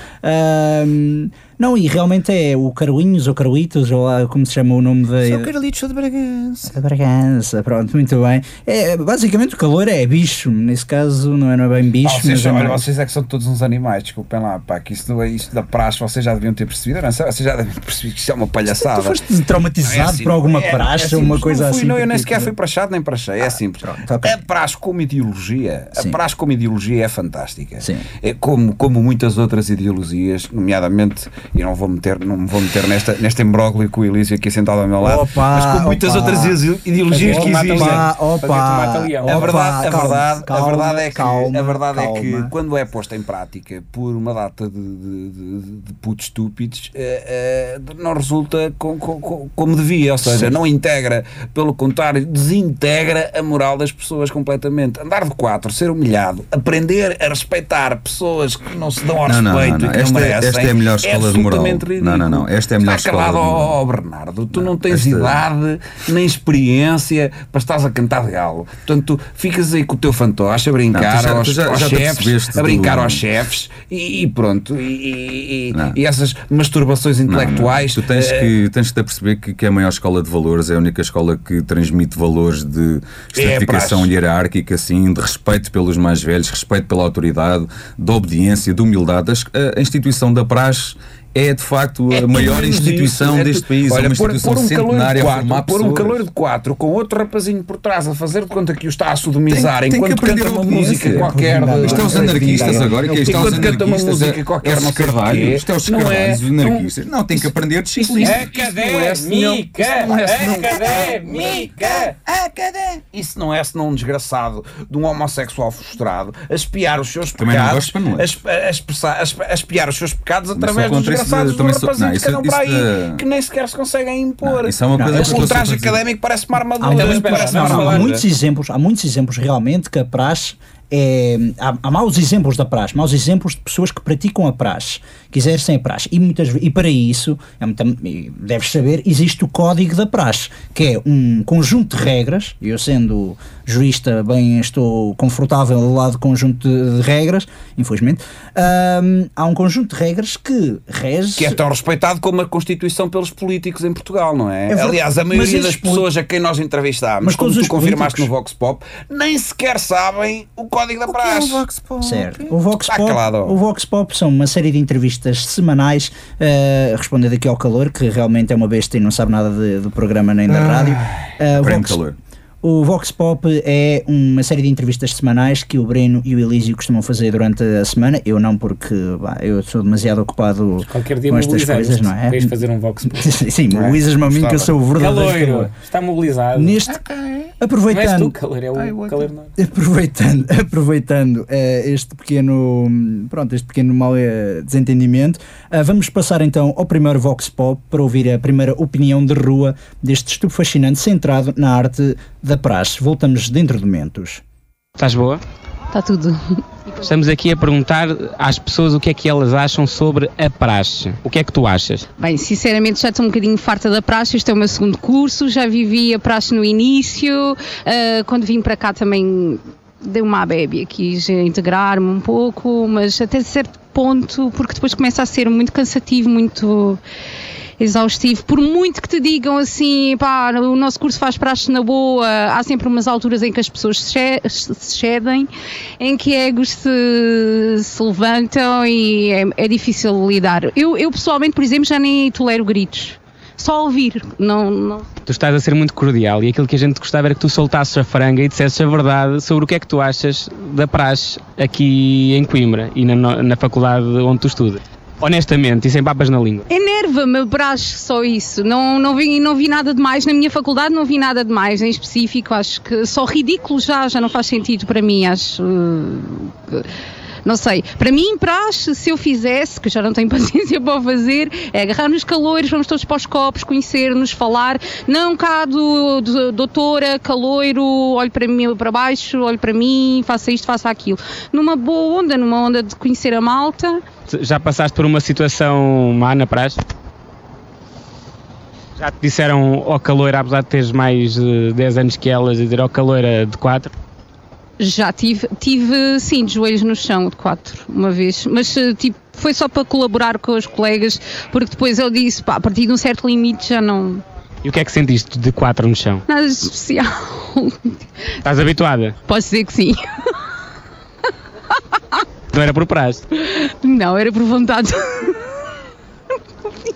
S1: Ahm, não, e realmente é o Carlinhos ou Carlitos, ou lá como se chama o nome da,
S5: Sou Carlitos, sou de Bragança.
S1: a Bragança, pronto, muito bem. É, basicamente o calor é bicho, nesse caso não é, não é bem bicho,
S2: Ah, vocês,
S1: mas é
S2: olha,
S1: mais-
S2: vocês é que são todos uns animais, desculpem lá, pá, que isto, não é- isto da praxe vocês já deviam ter percebido, eu não sei, vocês já deviam ter percebido que isto é uma palhaçada.
S1: Tu foste traumatizado
S2: Não é assim,
S1: por alguma
S2: é- é
S1: praxe ou
S2: simples,
S1: uma coisa
S2: não fui,
S1: assim?
S2: Não, eu nem
S1: porque-
S2: sequer fui praxado nem praxei, é simples.
S1: Ah, ok.
S2: A praxe como ideologia,
S1: Sim.
S2: a praxe como ideologia é fantástica.
S1: Sim.
S2: É como, como muitas outras ideologias, nomeadamente, e não vou meter, não me vou meter nesta, neste imbróglio com o Elísio aqui sentado ao meu lado,
S1: Opa,
S2: mas como muitas
S1: opa.
S2: outras ide- ideologias que
S3: Fazer tomate
S2: existem.
S1: Opa,
S3: Fazer tomate
S1: opa,
S3: ali, ó.
S2: A
S1: opa,
S2: É verdade,
S1: calma,
S2: a
S1: calma,
S2: verdade, a verdade é que,
S1: calma,
S2: a verdade é
S1: calma.
S2: que quando é posta em prática por uma data de, de, de- de putos estúpidos, eh, eh, não resulta com- com- com- como devia, ou seja, não integra, pelo contrário, desintegra a moral das pessoas completamente. Andar de quatro, ser humilhado, aprender a respeitar pessoas que não se dão ao
S4: Não, não,
S2: respeito
S4: não,
S2: e que
S4: esta
S2: não
S4: é-
S2: merecem.
S4: esta é a melhor escola de moral.
S2: absolutamente ridículo.
S4: Não, não, não, esta é a melhor
S2: Está
S4: escola de
S2: calado,
S4: moral.
S2: ó, ó, Bernardo, tu não, tens
S4: esta-
S2: idade nem experiência para estás a cantar de galo. Portanto, tu ficas aí com o teu fantoche a
S4: Não,
S2: brincar
S4: tu já-
S2: aos,
S4: tu já-
S2: aos
S4: já te
S2: chefes,
S4: percebeste
S2: a brincar
S4: do-
S2: aos chefes e, e pronto, e, e- e-
S4: Não.
S2: e essas masturbações
S4: Não, não.
S2: intelectuais.
S4: Tu tens
S2: eh,
S4: que, tens que te aperceber que, que é a maior escola de valores, é a única escola que transmite valores
S2: É,
S4: de estratificação
S2: praxe.
S4: hierárquica, assim, de respeito pelos mais velhos, respeito pela autoridade, de obediência, de humildade. As- A, a instituição da praxe é de facto a
S2: É tudo
S4: maior
S2: menos
S4: instituição
S2: isso, é
S4: deste
S2: tudo-
S4: país, é
S2: Olha,
S4: uma
S2: pôr- pôr
S4: instituição
S2: um calor de
S4: centenária a
S2: quatro,
S4: formar
S2: Pôr um
S4: pessoas.
S2: calor de quatro com outro rapazinho por trás a fazer de conta que o está a sodomizar
S4: Tem- tem que
S2: enquanto
S4: aprender
S2: canta uma
S4: a obediência.
S2: música qualquer. de-
S4: Isto é os anarquistas agora, que é isto é os
S2: Enquanto canta uma
S4: anarquistas,
S2: música
S4: é-
S2: qualquer,
S4: é os
S2: não sei de
S4: cardalhos,
S2: quê,
S4: isto é os
S2: não é-
S4: cardalhos, os
S2: não- é
S4: anarquistas. Não, tem que aprender de ciclismo.
S3: Académica!
S5: Ah, cadê?
S2: Isso não é senão um desgraçado de um homossexual frustrado a espiar os seus
S4: Também não
S2: pecados,
S4: gosto, mas não é.
S2: a esp- a expressar- a esp- a espiar os seus pecados através dos
S4: contra isso de-
S2: desgraçados dos
S4: também sou-
S2: rapazinhos que
S4: não,
S2: andam
S4: isso-
S2: para aí,
S4: isso de-
S2: que nem sequer se conseguem impor.
S4: Não, isso é uma coisa que eu
S2: o
S4: estou
S2: ultraje
S4: surpreendido.
S2: académico parece uma
S1: Há
S2: armadura,
S1: muitos,
S2: parece
S1: não,
S2: uma
S1: não, há
S2: armadura.
S1: muitos exemplos, há muitos exemplos realmente que a praxe é, há, há maus exemplos da praxe, maus exemplos de pessoas que praticam a praxe, que exercem a praxe e, muitas, ve- e para isso, é muito, e deves saber, existe o código da praxe, que é um conjunto de regras, e eu sendo jurista bem estou confortável ao lado do conjunto de, de regras, infelizmente, hum, há um conjunto de regras que rege...
S2: Que é tão respeitado como a Constituição pelos políticos em Portugal, não é?
S1: É verdade.
S2: Aliás, a
S1: Mas
S2: maioria
S1: esses
S2: das pessoas a quem nós entrevistámos,
S1: Mas
S2: como
S1: todos
S2: tu
S1: os
S2: confirmaste
S1: políticos-
S2: no Vox Pop, nem sequer sabem o código da
S5: O que é um
S2: praxe.
S5: Vox Pop?
S1: Certo. O Vox,
S2: Está
S1: Pop,
S2: calado, ó.
S1: o Vox Pop são uma série de entrevistas semanais, eh, respondendo aqui ao calor, que realmente é uma besta e não sabe nada de- do programa nem da rádio. Eh, o
S4: Prende
S2: é
S1: Vox-
S4: calor.
S1: o Vox Pop é uma série de entrevistas semanais que o Breno e o Elísio costumam fazer durante a semana. Eu não, porque bah, eu sou demasiado ocupado
S3: Qualquer dia
S1: com estas
S3: mobilizamos.
S1: coisas, não é?
S3: Vais fazer um vox pop.
S1: Sim, mobilizas-me a mim que eu sou o verdadeiro
S3: Caloiro!
S1: calor.
S3: Está mobilizado.
S1: Neste,
S5: Ok.
S3: Não és
S1: aproveitando,
S3: tu, Caloiro, é
S5: Ai,
S3: o
S5: what?
S3: Caloiro não.
S1: aproveitando, aproveitando eh, este pequeno pronto, este pequeno mal eh, desentendimento, ah, vamos passar então ao primeiro Vox Pop para ouvir a primeira opinião de rua deste estudo fascinante centrado na arte da praxe. Voltamos dentro de momentos.
S6: Estás boa?
S7: Está Tá tudo.
S6: Estamos aqui a perguntar às pessoas o que é que elas acham sobre a praxe. O que é que tu achas?
S7: Bem, sinceramente já estou um bocadinho farta da praxe, este é o meu segundo curso, já vivi a praxe no início, ah, quando vim para cá também dei uma abébia, quis integrar-me um pouco, mas até certo ponto, porque depois começa a ser muito cansativo, muito exaustivo, por muito que te digam assim, pá, o nosso curso faz praxe na boa, há sempre umas alturas em que as pessoas se che- se cedem, em que egos se, se levantam e é, é difícil lidar. Eu, eu pessoalmente, por exemplo, já nem tolero gritos. Só ouvir, não, não
S6: Tu estás a ser muito cordial e aquilo que a gente gostava era que tu soltasses a franga e dissesses a verdade sobre o que é que tu achas da praxe aqui em Coimbra e na, no- na faculdade onde tu estudas. Honestamente e sem papas na língua.
S7: Enerva-me, abraço só isso. Não, não, vi, não vi nada de mais. Na minha faculdade não vi nada de mais em específico. Acho que só ridículo já, já não faz sentido para mim. Acho. eh, que-
S8: Não sei. Para mim, praxe, se eu fizesse, que eu já não tenho paciência para o fazer, é agarrar nos calores, vamos todos para os copos, conhecer-nos, falar. Não cá do, do- doutora, caloiro, olho para mim para baixo, olho para mim, faça isto, faça aquilo. Numa boa onda, numa onda de conhecer a malta.
S6: Já passaste por uma situação má na praxe? Já te disseram ó caloira, apesar de teres mais de 10 anos que elas, dizer ó caloira de 4?
S8: Já tive, tive sim, de joelhos no chão, de quatro, uma vez, mas eh, tipo, foi só para colaborar com os colegas, porque depois eu disse, pá, a partir de um certo limite já não,
S6: E o que é que sentiste de 4 no chão?
S8: nada de especial.
S6: Estás habituada?
S8: Posso dizer que sim.
S6: Não era por praxe.
S8: Não, era por vontade.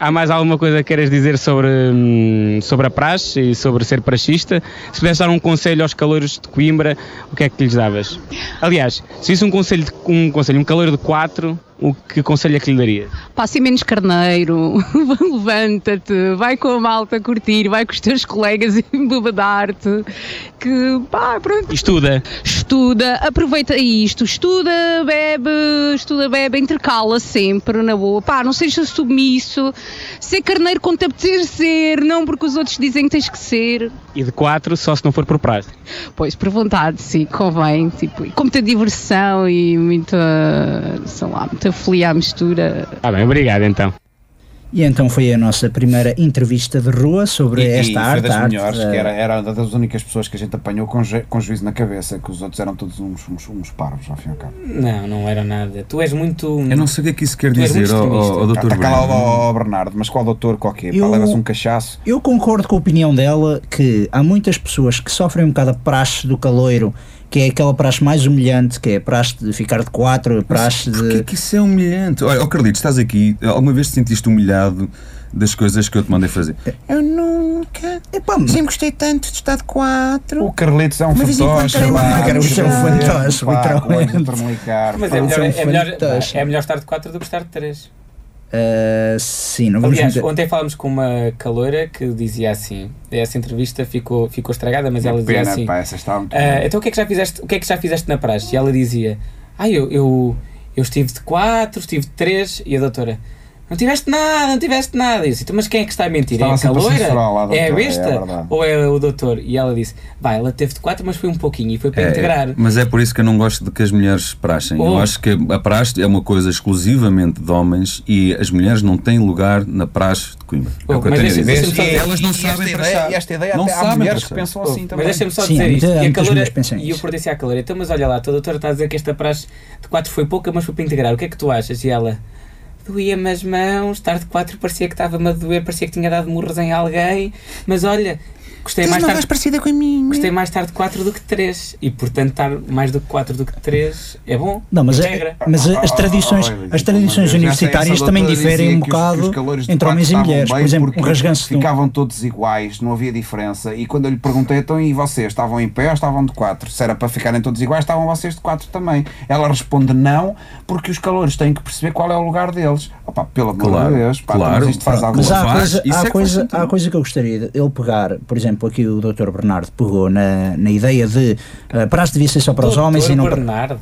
S6: Há mais alguma coisa que queiras dizer sobre, hum, sobre a praxe e sobre ser praxista? Se pudesse dar um conselho aos calouros de Coimbra, o que é que lhes davas? Aliás, se isso um conselho, de- um conselho, um calor de 4, o que conselho é que lhe daria?
S8: Passe menos carneiro, levanta-te, vai com a malta curtir, vai com os teus colegas embobadar-te, que pá, pronto.
S6: Estuda.
S8: Estuda, aproveita isto, estuda, bebe, estuda, bebe, intercala sempre na boa. Pá, não seja submisso, ser carneiro quando te apetecer ser, não porque os outros dizem que tens que ser.
S6: E de 4 só se não for por praxe.
S8: Pois, por vontade, sim, convém. Tipo, e com muita diversão e muita, sei lá, muita folia à mistura.
S6: Está bem, obrigado então.
S1: E então foi a nossa primeira entrevista de rua sobre
S2: E- e
S1: É esta arte.
S2: Foi das
S1: a arte eh,
S2: melhores,
S1: da-
S2: que era, era uma das únicas pessoas que a gente apanhou com, ju- com juízo na cabeça, que os outros eram todos uns, uns, uns parvos, ao fim e ao cabo.
S3: Não, não era nada. Tu és muito.
S4: Eu não sei o que é que isso quer
S3: Tu és muito
S4: dizer, ó ó- ó
S3: extremista.
S4: Dr.
S2: Está cá Tá, lá
S4: Breno.
S2: o, o Bernardo, mas qual doutor, qual quê? Pá,
S1: Eu-
S2: Leva-se um cachaço.
S1: Eu concordo com a opinião dela que há muitas pessoas que sofrem um bocado a praxe do caloiro, que é aquela praxe mais humilhante, que é a praxe de ficar de quatro, a praxe
S4: Porquê
S1: de.
S4: que isso é humilhante? Olha, oh Carlitos, estás aqui, alguma vez te sentiste humilhado das coisas que eu te mandei fazer?
S5: Eu nunca.
S1: Epá,
S5: Sempre gostei tanto de estar de quatro.
S2: O Carlitos é um
S5: Mas
S2: fantoche.
S5: enquanto era
S2: pá,
S5: uma- era um
S2: deixa-me
S5: chão
S2: ver,
S1: fantoche,
S2: pá, com olhos
S1: literalmente.
S2: a tremulicar,
S3: Mas
S2: pá.
S3: é melhor,
S1: São
S3: é, melhor,
S1: fantástico.
S3: é melhor estar de 4 do que estar de 3.
S1: eh, sim, não vamos
S3: Aliás,
S1: meter-
S3: ontem falámos com uma caloira que dizia assim: essa entrevista ficou, ficou estragada, mas ela dizia
S2: Pena,
S3: assim:
S2: pá, essa está muito
S3: "Ah, então o que, é que já fizeste, o que é que já fizeste na praxe? E ela dizia: Ah, eu, eu, eu estive de 4, estive de 3. E a doutora: Não tiveste nada, não tiveste nada. E eu disse: "Então, Mas quem é que está a mentir?
S2: Estava
S3: é a
S2: sempre a
S3: caloira?
S2: censurar lá a
S3: é a
S2: doutora, é
S3: besta?
S2: verdade.
S3: ou é o doutor? E ela disse: Vai, ela teve de 4, mas foi um pouquinho e foi para
S4: É,
S3: integrar.
S4: mas é por isso que eu não gosto de que as mulheres praxem.
S3: Oh.
S4: Eu acho que a praxe é uma coisa exclusivamente de homens e as mulheres não têm lugar na praxe de Coimbra. é
S3: Oh,
S4: o que eu
S3: mas
S4: tenho a
S3: deixa-
S4: dizer.
S3: deixa-me só dizer-
S4: Elas não sabem
S2: ideia,
S4: praxar.
S2: e esta ideia
S4: Não
S2: até há
S4: sabem
S2: mulheres que
S4: pensar.
S2: pensam
S3: Oh,
S2: assim
S3: Mas
S2: também.
S3: deixa-me só
S1: Sim,
S3: dizer
S1: há muita-
S3: isto.
S1: há
S3: e, a
S1: muitas
S3: caloura,
S1: mulheres que pensam
S3: e eu
S1: isso.
S3: perguntei-se à caloura, então, mas olha lá, a tua doutora está a dizer que esta praxe de 4 foi pouca, mas foi para integrar. O que é que tu achas? E ela, doía-me as mãos, estar de 4 parecia que estava-me a doer, parecia que tinha dado murros em alguém, mas olha, gostei
S5: Tens
S3: mais
S5: uma voz
S3: tarde.
S5: parecida com a minha.
S3: Gostei mais tarde de 4 do que 3 e portanto estar mais do que 4 do que 3 é bom.
S1: Não, mas,
S3: integra.
S1: mas a- as
S2: Ah,
S1: tradições,
S2: ah, ah,
S1: as
S2: então,
S1: tradições
S2: mas essa-
S1: universitárias
S2: essa
S1: também
S2: doutora
S1: diferem um
S2: dizia que os-
S1: bocado
S2: que os calores de
S1: entre
S2: quatro
S1: homens e
S2: estavam
S1: mulheres.
S2: bem
S1: Por exemplo,
S2: porque
S1: um rasganço de um-
S2: Ficavam todos iguais, não havia diferença. E quando eu lhe perguntei, então, e vocês estavam em pé ou estavam de quatro? Se era para ficarem todos iguais, estavam vocês de quatro também. Ela responde não, porque os calores têm que perceber qual é o lugar deles. Opa, pelo amor
S4: Claro,
S2: de Deus, pá,
S4: claro.
S2: mas isto faz
S4: Mas
S2: alguma
S1: Mas há,
S4: Faz,
S1: coisa,
S4: isso é
S1: há,
S4: que faz
S1: coisa,
S4: sentido.
S1: há coisa que eu gostaria de ele pegar, por exemplo, aqui o Dr. Bernardo pegou na, na ideia de uh, praxe devia ser só para os
S3: Doutor
S1: homens e não para.
S3: Bernardo.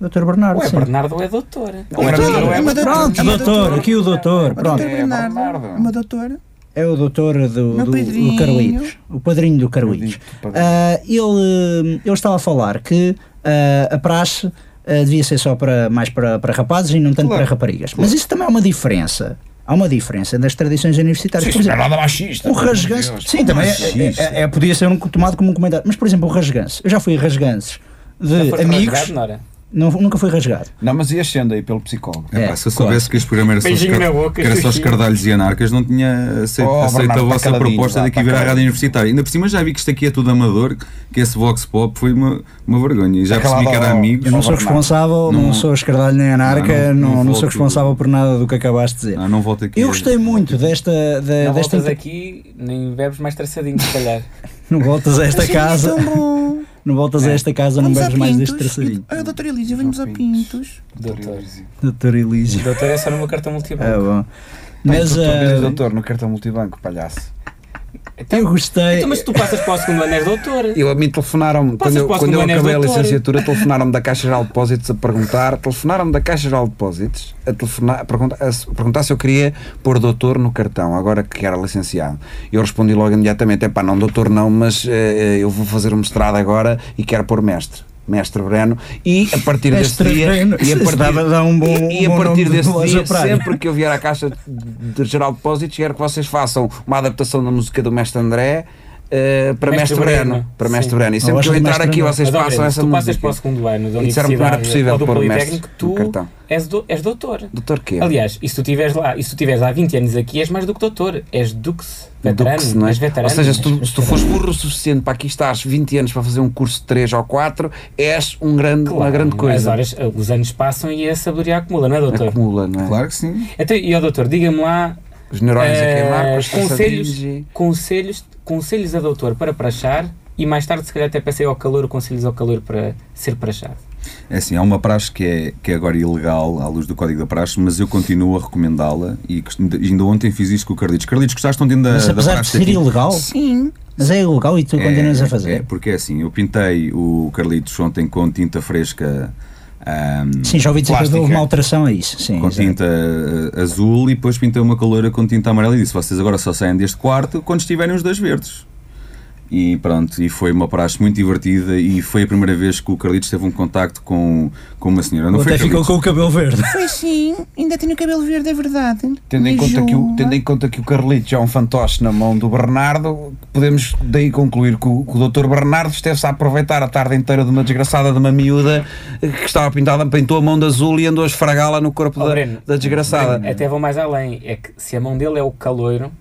S1: Dr. Bernardo,
S3: Ou é
S1: sim.
S3: Bernardo ou é doutora.
S2: Ou é doutora,
S3: Bernardo,
S2: é uma
S1: Pronto, doutor, aqui o doutor, pronto.
S2: É, Bernardo.
S5: Uma doutora.
S1: É o doutor do,
S5: Meu
S1: do,
S5: padrinho.
S1: do Carlitos. O padrinho do Carlitos. Ah, ele, eh, ele estava a falar que ah, a praxe ah, devia ser só para, mais para, para rapazes e não tanto para raparigas. Mas isso também há uma diferença. Há uma diferença das tradições universitárias. Por exemplo,
S2: é nada machista.
S1: o
S2: pelo amor de
S1: rasganço.
S2: Deus.
S1: Sim, também é,
S4: machista.
S1: é- é- podia ser um, tomado como um comentário. Mas, por exemplo, o rasganço. Eu já fui a rasganços de
S3: foste
S1: eh, amigos.
S3: rasgado, Nora?
S1: Não, nunca fui rasgado.
S2: Não, mas ia sendo aí pelo psicólogo.
S4: É, pá,
S1: É,
S4: se eu soubesse que este programa era só, os,
S3: Beijinho
S4: car-
S3: na boca,
S4: que era só os
S3: xuxinha.
S4: cardalhos e anarcas, não tinha aceito,
S2: Oh,
S4: aceito
S2: Bernardo,
S4: a
S2: está
S4: vossa
S2: caladinho,
S4: proposta
S2: vá,
S4: de
S2: está
S4: aqui virar à rádio
S2: caladinho.
S4: universitária. Ainda por cima já vi que isto aqui é tudo amador, que esse Vox Pop foi uma, uma vergonha. E já
S2: Está
S4: percebi que
S2: calado, ó.
S4: era
S1: Eu
S4: amigos.
S1: não sou
S2: Bernardo.
S1: responsável, não,
S4: Não.
S1: sou escardalho nem anarca, não,
S4: Não, não, não
S1: não sou
S4: volto.
S1: responsável por nada do que acabaste de dizer.
S4: Ah, não volto aqui.
S1: Eu gostei muito desta. da-
S3: Não
S1: desta
S3: voltas aqui, nem bebes mais traçadinho, se calhar.
S1: Não voltas a esta casa.
S5: é Tão bom.
S1: Não voltas a esta casa, não
S5: Vamos a
S1: bebes mais deste
S5: pintos.
S1: traçadinho.
S5: Olha, doutora Elísio, vamos a pintos.
S3: doutor.
S1: Doutor Elísio.
S3: Doutor é só no meu cartão multibanco.
S1: Ah, bom.
S2: Mas,
S1: Mas. ah,
S2: doutor, no cartão multibanco, palhaço.
S1: Eu
S2: É.
S1: gostei. É
S3: Então, mas tu passas para o segundo ano, és doutor.
S2: Eu a mim telefonaram-me,
S3: Passas
S2: quando eu,
S3: para o
S2: quando eu
S3: segundo ano, és
S2: acabei a
S3: doutor.
S2: licenciatura, telefonaram-me da Caixa Geral de Depósitos a perguntar, telefonaram-me da Caixa Geral de Depósitos a, telefonar, a, perguntar, a se- perguntar se eu queria pôr doutor no cartão, agora que era licenciado. Eu respondi logo imediatamente, é pá, não doutor não, mas eh, eu vou fazer o mestrado agora e quero pôr mestre. Mestre Breno, e a partir
S1: Mestre
S2: desse dia,
S1: Breno.
S2: e a
S1: Estava a
S2: partir,
S1: dar um bom-
S2: e, e
S1: um
S2: a
S1: bom
S2: partir
S1: nome de
S2: desse
S1: loja
S2: dia,
S1: para aí.
S2: sempre que eu vier à Caixa de Geral de Depósitos, quero que vocês façam uma adaptação da música do Mestre André eh, para
S3: Mestre
S2: Mestre Breno.
S3: Breno.
S2: Para Mestre
S3: Sim.
S2: Breno. E
S1: Eu
S2: sempre
S1: acho
S2: que eu
S1: que
S2: entrar
S1: Mestre
S2: aqui,
S1: Breno.
S2: vocês
S3: Mas, ó, Breno,
S2: passam
S3: se
S2: essa
S3: tu passas
S2: música.
S3: para o segundo ano da
S2: E disseram que não era
S3: universidade
S2: possível
S3: ou do
S2: pôr o mestre
S3: Politécnico,
S2: no cartão.
S3: tu és, do, és doutor.
S2: Doutor quê?
S3: Aliás, e se tu tiveres lá, e se tu tiveres lá 20 anos aqui, és mais do que doutor, és dux, veterano,
S2: Dux, não é?
S3: és veterano.
S2: Ou seja, se tu, se tu fores burro o suficiente para aqui estares 20 anos para fazer um curso de 3 ou 4, és um grande,
S3: Claro,
S2: uma grande
S3: As
S2: coisa.
S3: horas, os anos passam e a sabedoria acumula, não é, doutor?
S2: Acumula, não é?
S4: Claro que sim.
S3: Então, e ó, doutor, diga-me lá,
S2: Os neurónios a
S3: eh,
S2: queimar, com os
S3: conselhos,
S2: cansadinhos e-
S3: conselhos, conselhos a doutor para prachar e mais tarde, se calhar, até passei ao calor, conselhos ao calor para ser prachado.
S4: É assim, há uma praxe que é, que é agora ilegal à luz do Código da Praxe, mas eu continuo a recomendá-la e que- ainda ontem fiz isto com o Carlitos. Carlitos, gostaste ontem da,
S1: Mas
S4: da
S1: apesar de
S4: praxe
S1: ser
S4: aqui?
S1: ilegal,
S5: Sim.
S1: mas é ilegal e tu continuas a
S4: É,
S1: fazer.
S4: porque é assim, eu pintei o Carlitos ontem com tinta fresca. ahm,
S1: Sim, já ouvi dizer que
S4: plástica.
S1: houve uma alteração a isso. Sim,
S4: com
S1: exato.
S4: tinta eh, azul e depois pintei uma caloura com tinta amarela e disse: vocês agora só saem deste quarto quando estiverem os dois verdes. E pronto, e foi uma praxe muito divertida e foi a primeira vez que o Carlitos teve um contacto com, com uma senhora. Não
S1: Ou
S4: foi
S1: até ficou
S4: Carlitos?
S1: com o cabelo verde.
S5: Foi sim. Ainda tenho o cabelo verde, é verdade.
S2: Tendo em,
S5: Me
S2: conta que o,
S5: julga.
S2: tendo em conta que o Carlitos é um fantoche na mão do Bernardo, podemos daí concluir que o, que o Dr. Bernardo esteve-se a aproveitar a tarde inteira de uma desgraçada de uma miúda eh, que estava pintada, pintou a mão de azul e andou a esfragá-la no corpo
S3: Ó,
S2: da,
S3: Oh, Breno,
S2: da desgraçada.
S3: Até vou mais além, é que se a mão dele é o caloiro,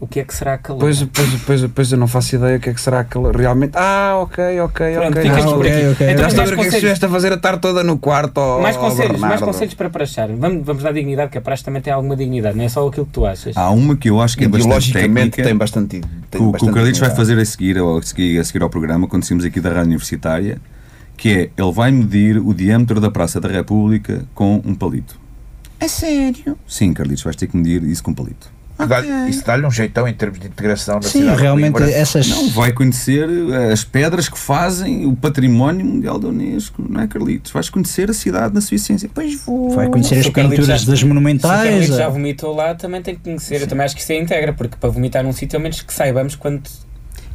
S3: o que é que será calor?
S2: Pois, pois, pois, pois eu não faço ideia o que é que será aquele realmente. Ah, ok, ok,
S3: Pronto,
S2: ok.
S3: ficamos
S2: Ah,
S3: por
S2: ok.
S3: aqui.
S1: ok.
S2: Já estou a
S3: Então, mais
S2: ver o que é que
S3: conselhos,
S2: estiveste a fazer a tarde toda no quarto. Ó,
S3: mais
S2: ó,
S3: conselhos, mais
S2: Bernardo.
S3: conselhos para prachar. Vamos, vamos dar dignidade, que a praxe também tem alguma dignidade, não é só aquilo que tu achas.
S5: Ah.
S4: Há uma que eu acho que é bastante
S2: Ideologicamente
S4: técnica.
S2: tem bastante. Tem
S4: que o- que o
S2: bastante
S4: Carlitos vai
S2: dignidade.
S4: fazer a seguir, ao- a seguir, a seguir ao programa, quando saímos aqui da Rádio Universitária, que é, ele vai medir o diâmetro da Praça da República com um palito.
S5: A sério.
S4: Sim, Carlitos, vais ter que medir isso com um palito.
S5: Ok.
S9: Dá- Isso dá-lhe um jeitão em termos de integração na
S1: Sim,
S9: cidade. de
S1: realmente é-
S9: Coimbra.
S1: essas.
S4: Não, vai conhecer eh, as pedras que fazem o património mundial da Unesco, não é, Carlitos? Vais conhecer a cidade na sua essência.
S5: Pois vou.
S1: Vai conhecer as
S3: Se o Carlitos
S1: pinturas
S3: já-
S1: das
S3: Se o Carlitos
S1: monumentais.
S2: é.
S3: já
S1: a-
S3: vomitou lá, também tem que conhecer. Eu também acho que isso é integra, porque para vomitar num sítio, ao menos que saibamos quanto.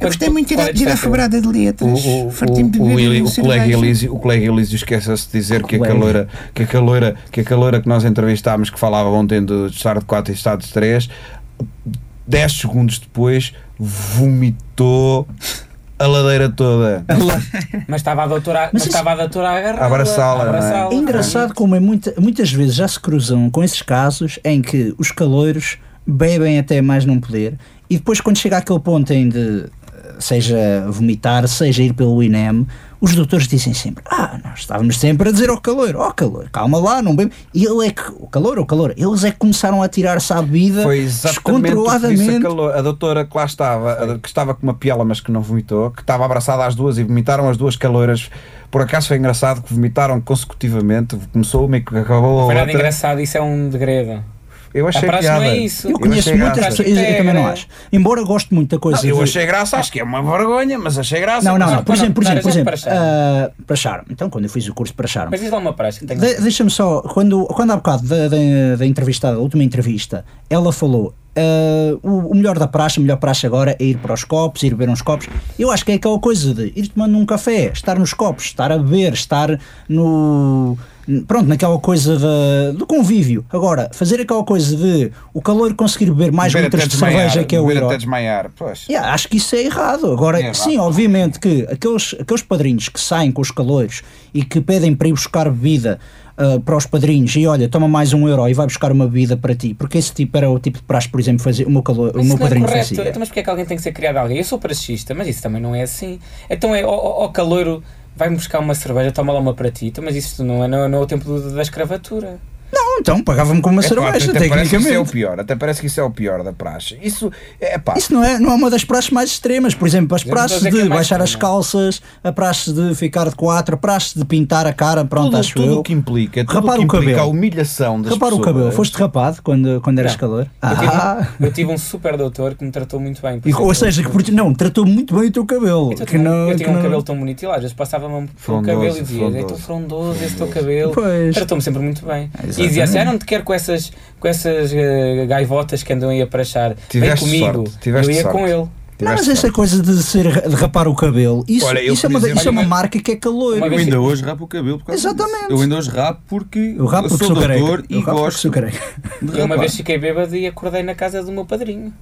S5: Eu gostei muito de
S3: é
S5: ir à- de ir à febrada de
S2: O,
S5: letras.
S2: o,
S5: Fartei-me de
S2: o- o
S5: beber um
S2: Eli-
S5: uma
S2: o colega
S5: cerveja.
S2: Elísio, o colega Elísio esquece-se de dizer que a,
S1: Colega.
S2: caloura, que, a caloura, que a caloura que nós entrevistámos, que falava ontem do estado 4 e estado 3, 10 segundos depois vomitou a ladeira toda.
S3: Mas estava a doutora, mas
S1: isso-
S3: estava a doutora a agarrar.
S2: Abraçá-la, não
S1: É
S2: é?
S1: engraçado como é muita- muitas vezes já se cruzam com esses casos em que os caloiros bebem até mais não poder e depois quando chega àquele ponto em de eh, seja vomitar, seja ir pelo INEM, os doutores dizem sempre ah, nós estávamos sempre a dizer ao caloiro ó calor, calma lá, não bebe e ele é que, o calor, o calor, eles é que começaram a tirar-se à bebida
S2: Foi exatamente o que disse a,
S1: descontroladamente
S2: calo- a doutora que lá estava, a do- que estava com uma piela, mas que não vomitou, que estava abraçada às duas e vomitaram as duas caloiras. Por acaso foi engraçado que vomitaram consecutivamente, começou uma e que acabou a
S3: Foi
S2: outra.
S3: nada engraçado, isso é um degredo.
S2: Eu
S3: A
S2: achei
S3: praxe
S2: piada.
S3: não é isso.
S1: eu conheço
S2: achei
S1: muitas
S2: graça.
S1: pessoas, eu, eu também não
S3: É.
S1: acho embora goste muito da coisa
S2: Não, eu
S1: de-
S2: achei graça, acho que é uma vergonha, mas achei graça.
S1: não, não,
S2: Mas
S1: não, por
S3: Não,
S1: exemplo, por
S3: não,
S1: exemplo, por
S3: não,
S1: exemplo,
S3: para charme.
S1: ah, para charme. Então, quando eu fiz o curso para charme,
S3: Mas diz lá uma praxe que tenho.
S1: de- deixa-me só, quando, quando há bocado da, da, da entrevistada, da última entrevista, ela falou. ah, o, o melhor da praxe, o melhor praxe agora é ir para os copos, ir beber uns copos. Eu acho que é aquela coisa de ir tomando um café, estar nos copos, estar a beber, estar no. Pronto, naquela coisa da- do convívio. Agora, fazer aquela coisa de o calor conseguir beber mais
S2: beber
S1: litros
S2: até
S1: de cerveja
S2: desmaiar,
S1: que é o
S2: beber
S1: herói.
S2: até desmaiar, pois.
S1: Yeah, acho que isso é errado. Agora,
S2: É errado.
S1: sim, obviamente que aqueles, aqueles padrinhos que saem com os calores e que pedem para ir buscar bebida ah, para os padrinhos e olha, toma mais um euro e vai buscar uma bebida para ti, porque esse tipo era o tipo de praxe, por exemplo, fazer, o meu, calor, o
S3: Mas isso
S1: meu
S3: não é
S1: padrinho
S3: correto.
S1: fazia.
S3: Então, mas porque é que alguém tem que ser criado alguém? Eu sou praxista, mas isso também não é assim. Então é, ó, ó, ó caloiro, vai-me buscar uma cerveja, toma lá uma para ti. Então, mas isso não é, não, é- não é o tempo do- da escravatura.
S1: Não, então, pagava-me com uma
S2: É pá,
S1: cerveja,
S2: até parece que isso é o
S1: tecnicamente.
S2: pior, até parece que isso é o pior da praxe. Isso é pá.
S1: Isso não é, não é uma das praxes mais extremas, por exemplo, as
S3: Eu não estou a
S1: praxes
S3: dizer que
S1: de
S3: é mais
S1: baixar as
S3: extrema.
S1: calças, a praxe de ficar de quatro, a praxe de pintar a cara, pronto,
S2: tudo,
S1: acho
S2: tudo
S1: eu.
S2: o que implica, tudo
S1: Rapar
S2: o que
S1: o
S2: implica
S1: cabelo.
S2: a humilhação das
S1: Rapar o
S2: pessoas. é?
S1: cabelo, foste rapado quando, quando eras calor?
S3: Eu tive,
S1: Ah,
S3: eu tive um super doutor que me tratou muito bem. por
S1: E-
S3: exemplo.
S1: ou seja, que porque, não, tratou muito bem o teu cabelo.
S3: Eu,
S1: que não,
S3: eu
S1: que
S3: tinha um
S1: não-
S3: cabelo tão bonito e lá, às vezes passava-me pelo
S4: Frondoso,
S3: cabelo e dizia:
S4: frondoso.
S3: É tão frondoso esse teu cabelo.
S1: Pois.
S3: Tratou-me sempre muito bem.
S4: exatamente.
S3: e dizia assim: Ah, não te quero com essas, com essas eh, gaivotas que andam aí a prachar. Vem
S2: Tiveste
S3: comigo.
S2: sorte, tiveste
S3: eu ia
S2: sorte.
S3: com ele.
S1: Não, mas
S2: Tiveste
S1: essa coisa de, ser, de rapar o cabelo, isso,
S2: Olha, eu,
S1: isso, é,
S2: por
S1: uma,
S2: exemplo,
S1: isso é uma
S3: olha,
S1: marca que é calor.
S3: uma
S4: Eu
S3: vez-
S4: ainda hoje rapo o cabelo por causa disso.
S1: Exatamente.
S4: Eu ainda hoje rapo porque
S1: Eu rapo
S4: eu
S1: porque
S4: sou
S1: sou careca.
S4: doutor
S1: Eu
S4: e
S1: rapo porque
S4: gosto
S1: sou
S4: de
S1: careca.
S3: E uma
S4: rapar.
S3: vez fiquei bêbado e acordei na casa do meu padrinho.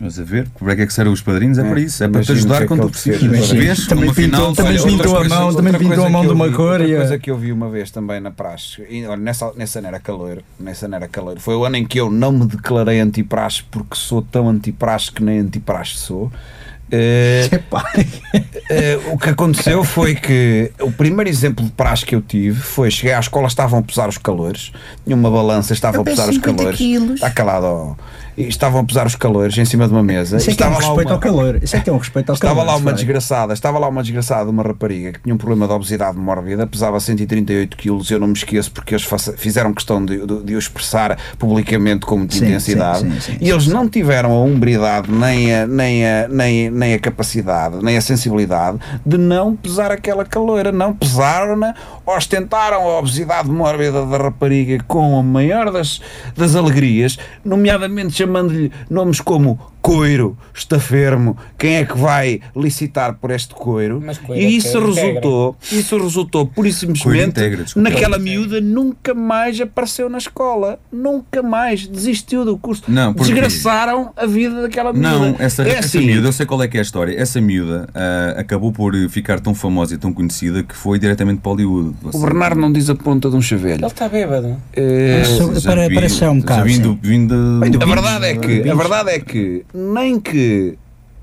S4: Mas a ver, para que é que servem os padrinhos? É para isso, é para te
S2: imagino o que
S4: ajudar
S2: é que
S4: quando
S2: ele
S4: precisas.
S2: precisa.
S4: Mas vês,
S1: Também
S4: numa
S1: pintou-
S4: final,
S1: também
S4: olha,
S1: pintou
S4: outras
S1: a mão,
S4: coisas-
S1: também
S2: Outra
S1: pintou a
S2: coisa
S1: mão
S2: que
S1: de
S2: eu
S1: uma
S2: vi-
S1: cor e
S2: Outra
S1: a-
S2: coisa que eu vi uma vez também na praxe, e, olha, nessa, nessa ano era calor, nessa ano era calor. Foi o ano em que eu não me declarei antipraxe porque sou tão antipraxe que nem antipraxe sou. Eh,
S1: Epá. é
S2: eh, o que aconteceu foi que o primeiro exemplo de praxe que eu tive foi cheguei à escola, estavam a pesar os calores, tinha uma balança, estava
S5: Eu
S2: a pesar
S5: peso
S2: os
S5: 50
S2: calores.
S5: quilos.
S2: Está calado. ó. E Estavam a pesar os calores em cima de uma mesa.
S1: Isso
S2: e
S1: é que é um
S2: estava lá
S1: respeito
S2: uma-
S1: ao calor. Isso é que é um respeito ao
S2: Estava
S1: calor.
S2: lá uma
S1: sabe?
S2: desgraçada, estava lá uma desgraçada, uma rapariga que tinha um problema de obesidade mórbida, pesava 138 quilos, eu não me esqueço porque eles faça- fizeram questão de, de- de o expressar publicamente com muita
S1: Sim,
S2: intensidade.
S1: sim, sim, sim,
S2: e
S1: sim,
S2: eles não tiveram a umbridade, nem a, nem, a, nem, nem a capacidade, nem a sensibilidade de não pesar aquela caloira, não pesaram-na, ostentaram a obesidade mórbida da rapariga com a maior das, das alegrias, nomeadamente chamando-lhe nomes como coiro, estafermo, quem é que vai licitar por este coiro?
S3: Mas coiro é
S2: E isso
S3: coiro integra.
S2: resultou, isso resultou pura e
S4: Coiro
S2: simplesmente
S4: integra, desculpa.
S2: naquela miúda nunca mais apareceu na escola, nunca mais desistiu do curso.
S4: Não, porquê?
S2: Desgraçaram a vida daquela miúda.
S4: Não, essa,
S2: é
S4: essa
S2: assim,
S4: miúda, eu sei qual é que é a história. Essa miúda ah, acabou por ficar tão famosa e tão conhecida que foi diretamente para Hollywood.
S2: O Bernardo não diz a ponta de um
S3: Ele
S2: chavelho.
S3: está bêbado.
S2: Eh,
S1: Sobre- para- para só um bocado,
S4: Vindo,
S1: sim.
S4: vindo,
S1: Bem, do
S2: a
S1: Vinhos,
S2: verdade é que, a
S1: vinhos.
S2: verdade é que nem que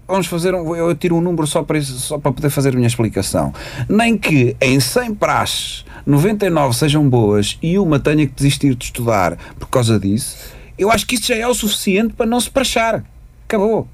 S2: vamos fazer um, eu tiro um número só para isso, só para poder fazer a minha explicação. Nem que em 100 praxes 99 sejam boas e uma tenha que desistir de estudar por causa disso, eu acho que isso já é o suficiente para não se praxar. Acabou.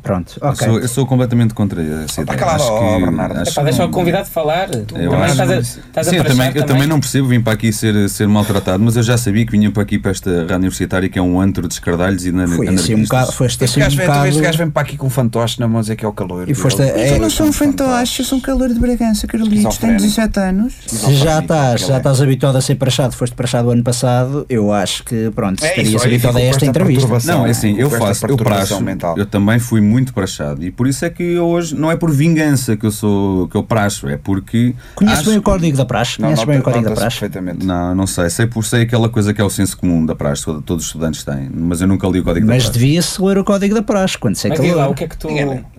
S1: Pronto,
S4: Eu sou,
S1: ok.
S4: eu sou completamente contra essa ideia.
S2: calado,
S4: acho
S2: ó,
S4: que,
S2: Bernardo.
S4: acho
S3: Epá,
S4: que
S3: deixa
S4: não-
S3: o convidado falar. Tu
S4: Eu
S3: também
S4: acho
S3: estás a,
S4: que-
S3: estás a
S4: Sim, eu,
S3: prachar
S4: também, eu também não percebo, vim para aqui ser, ser maltratado, mas eu já sabia que vinha para aqui para esta rádio universitária que é um antro de escardalhos e na
S1: Foi assim um bocado. Foi este
S2: Este
S1: assim um
S2: gajo, vem, este gajo
S1: bocado.
S2: vem para aqui com um fantoche na mão a dizer que é o calor.
S1: E foste a-
S5: Mas
S1: É,
S5: eu não sou um fantoche, eu sou um calor de Bragança, Carlitos, tenho
S2: Esquizofrénico.
S5: 17 anos.
S1: Se já estás, já
S2: Ele é.
S1: estás habituado a ser prachado, foste prachado o ano passado, eu acho que, pronto,
S2: É
S1: estarias
S2: isso, aí ficou
S1: habituado a
S2: com
S1: esta
S2: esta
S1: entrevista.
S2: perturbação.
S4: Não, é
S2: né?
S4: assim, eu
S2: Com esta
S4: faço, eu
S2: perturbação
S4: praxo,
S2: mental.
S4: eu também fui muito prachado e por isso é que eu hoje, não é por vingança que eu sou, que eu praxo, é porque...
S1: Conheces
S4: acho-
S1: bem o código da praxe? Conheces bem o
S2: nota-
S1: código da
S2: nota-se
S1: praxe?
S2: Perfeitamente.
S4: Não, não sei, sei por sei aquela coisa que é o senso comum da praxe, todo- todos os estudantes têm, mas eu nunca li o código da
S1: Mas
S4: praxe.
S1: devia-se ler o código da praxe quando se é
S3: Mas diz lá, o
S1: calor.
S3: que é que tu, o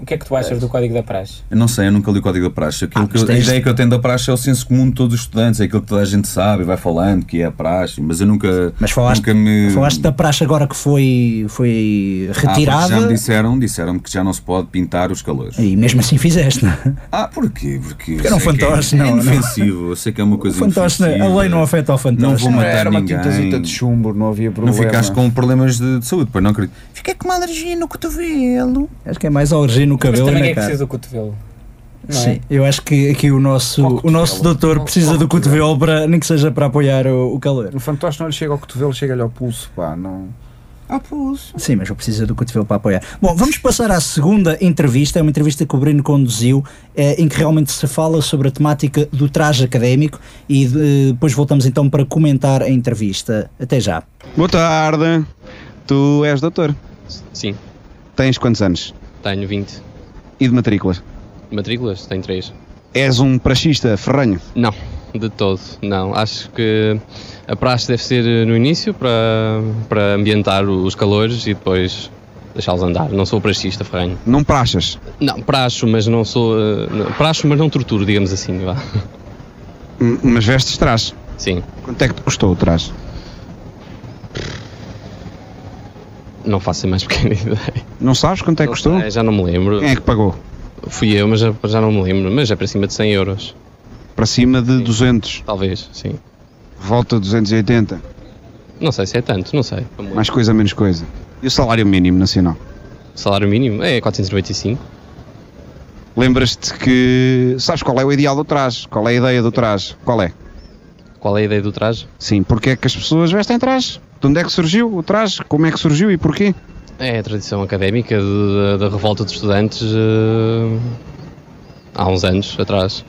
S3: que é que tu achas do código da praxe?
S4: Eu não sei, eu nunca li o código da praxe. Aquilo
S1: Ah,
S4: que
S1: mas
S4: eu- a
S1: tens-
S4: ideia que eu tenho da praxe é o senso comum de todos os estudantes, é aquilo que toda a gente sabe e vai falando que é a praxe, mas eu nunca,
S1: Mas falaste,
S4: nunca me...
S1: falaste da praxe agora que foi, foi
S4: Ah, porque
S1: retirada
S4: já me disseram, disseram que já não se pode pintar os calores.
S1: e mesmo assim fizeste, não é?
S4: Ah, porquê? Porque,
S1: Porque era um
S4: sei que é
S1: fantoche, não, não.
S4: Inofensivo, eu sei que é uma coisa
S1: Fantoche, não é? a
S4: inofensiva.
S1: lei não afeta o fantoche.
S4: Não vou
S2: Não,
S4: matar
S2: era uma
S4: ninguém.
S2: tintazita de chumbo, não havia
S4: Não
S2: problema.
S4: ficaste com problemas de, de saúde, pois não acredito.
S5: Fiquei com uma alergia no cotovelo.
S1: Acho que é mais alergia no
S3: Mas
S1: cabelo e
S3: também
S1: na
S3: é que
S1: cara.
S3: precisa do cotovelo. Não é?
S1: Sim, eu acho que aqui o nosso, o nosso doutor precisa do cotovelo para, nem que seja para apoiar o, o calor.
S2: O Um fantoche não lhe chega ao cotovelo, chega-lhe ao pulso, pá. Não...
S5: Ao pulso.
S1: Sim, mas eu preciso do cotovelo para apoiar. Bom, vamos passar à segunda entrevista, é uma entrevista que o Breno conduziu, eh, em que realmente se fala sobre a temática do traje académico e de- depois voltamos então para comentar a entrevista. Até já.
S10: Boa tarde. Tu és doutor.
S11: Sim,
S10: Tens quantos anos?
S11: tenho 20
S10: E de matrícula?
S11: matrículas, tenho 3.
S10: És um praxista ferranho.
S11: Não, de todo, não. Acho que a praxe deve ser eh, no início para, para ambientar o- os calores e depois deixá-los andar. Não sou praxista, ferranho.
S10: Não praxas.
S11: Não, praxo, mas não sou. eh, não- Praxo, mas não torturo, digamos assim, vá.
S10: M- Mas vestes trás.
S11: Sim,
S10: Quanto é que te custou o trás?
S11: não faço a mais pequena ideia.
S10: Não sabes quanto é que
S11: Não
S10: custou?
S11: sei, Já não me lembro.
S10: Quem é que pagou?
S11: Fui eu, mas já, já não me lembro. Mas é para cima de 100 euros,
S10: Para cima de 200.
S11: talvez, sim.
S2: Volta de 280.
S11: Não sei se é tanto, não sei.
S2: Mais coisa, menos coisa. E o salário mínimo nacional?
S11: Salário mínimo é 495.
S2: Lembras-te que. Sabes qual é o ideal do traje? Qual é a ideia do traje? Qual é?
S11: Qual é a ideia do traje?
S2: Sim, porque é que as pessoas vestem traje? De onde é que surgiu o traje? Como é que surgiu e porquê?
S11: É a tradição académica de- da revolta dos estudantes eh, há uns anos atrás.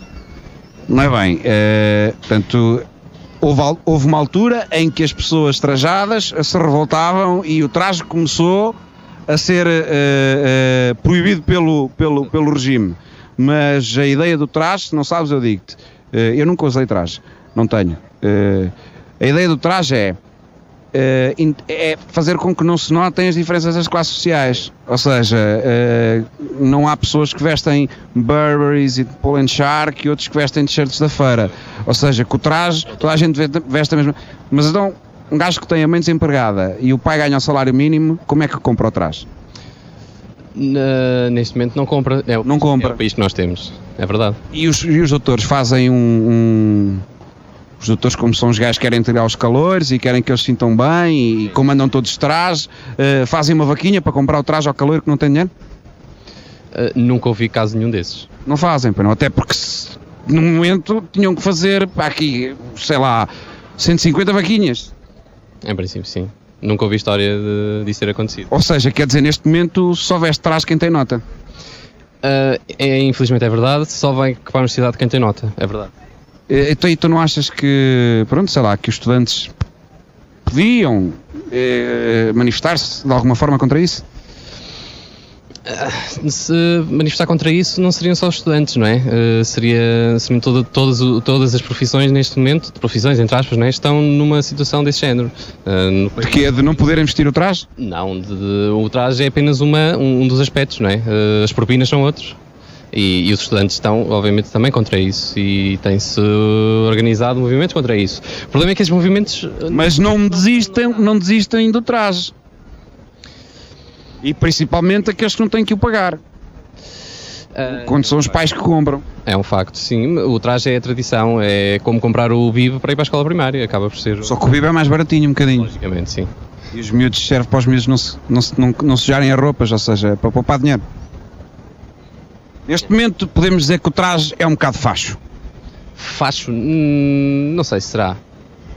S2: Não é bem. eh, portanto, houve, al- houve uma altura em que as pessoas trajadas se revoltavam e o traje começou a ser eh, eh, proibido pelo, pelo, pelo regime. Mas a ideia do traje, se não sabes, eu digo-te. Eh, eu nunca usei traje, não tenho. Eh, a ideia do traje é. eh, in- é fazer com que não se notem as diferenças das classes sociais. Ou seja, eh, não há pessoas que vestem Burberrys e Pull and Shark e outros que vestem t-shirts da feira. Ou seja, que o traje, toda a gente ve- veste a mesma. Mas então, um gajo que tem a mãe desempregada e o pai ganha o salário mínimo, como é que compra o traje?
S11: Na- neste momento não compra. É, não compra. É o país que nós temos, é verdade.
S2: E os, e os doutores fazem um, um- Os doutores, como são os gajos que querem tirar os calores e querem que eles se sintam bem e comandam todos de traje, eh, fazem uma vaquinha para comprar o traje ao calor que não tem dinheiro?
S11: Eh, nunca ouvi caso nenhum desses.
S2: Não fazem, pois não. Até porque se- no momento tinham que fazer pá, aqui, sei lá, 150 vaquinhas.
S11: Em princípio, sim. Nunca ouvi história de, disso ter acontecido.
S2: Ou seja, quer dizer, neste momento só veste traje quem tem nota.
S11: Ah, é, infelizmente é verdade, só vai que para a universidade quem tem nota, é verdade.
S2: Eh, Então, e tu não achas que, pronto, sei lá, que os estudantes podiam eh, manifestar-se de alguma forma contra isso?
S11: Se manifestar contra isso, não seriam só os estudantes, não é? Ah, seria seriam todo, todas, o- todas as profissões neste momento, profissões entre aspas, não é? estão numa situação desse género. Ah, no-
S2: De quê? De não poderem vestir o traje?
S11: Não, de- de- o traje é apenas uma, um, um dos aspectos, não é? Ah, as propinas são outros. E, e os estudantes estão, obviamente, também contra isso e tem-se organizado movimentos contra isso. O problema é que esses movimentos.
S2: Mas não desistem, não desistem do traje. E principalmente aqueles que não têm que o pagar. quando são os pais que compram.
S11: É um facto, sim. O traje é a tradição, é como comprar o BIB para ir para a escola primária, acaba por ser.
S2: Só que o BIB é mais baratinho, um bocadinho.
S11: Logicamente, sim.
S2: E os miúdos servem para os miúdos não, se, não, se- não, não sujarem as roupas, ou seja, é para poupar dinheiro. Neste momento podemos dizer que o traje é um bocado facho.
S11: Facho? Hum, não sei se será.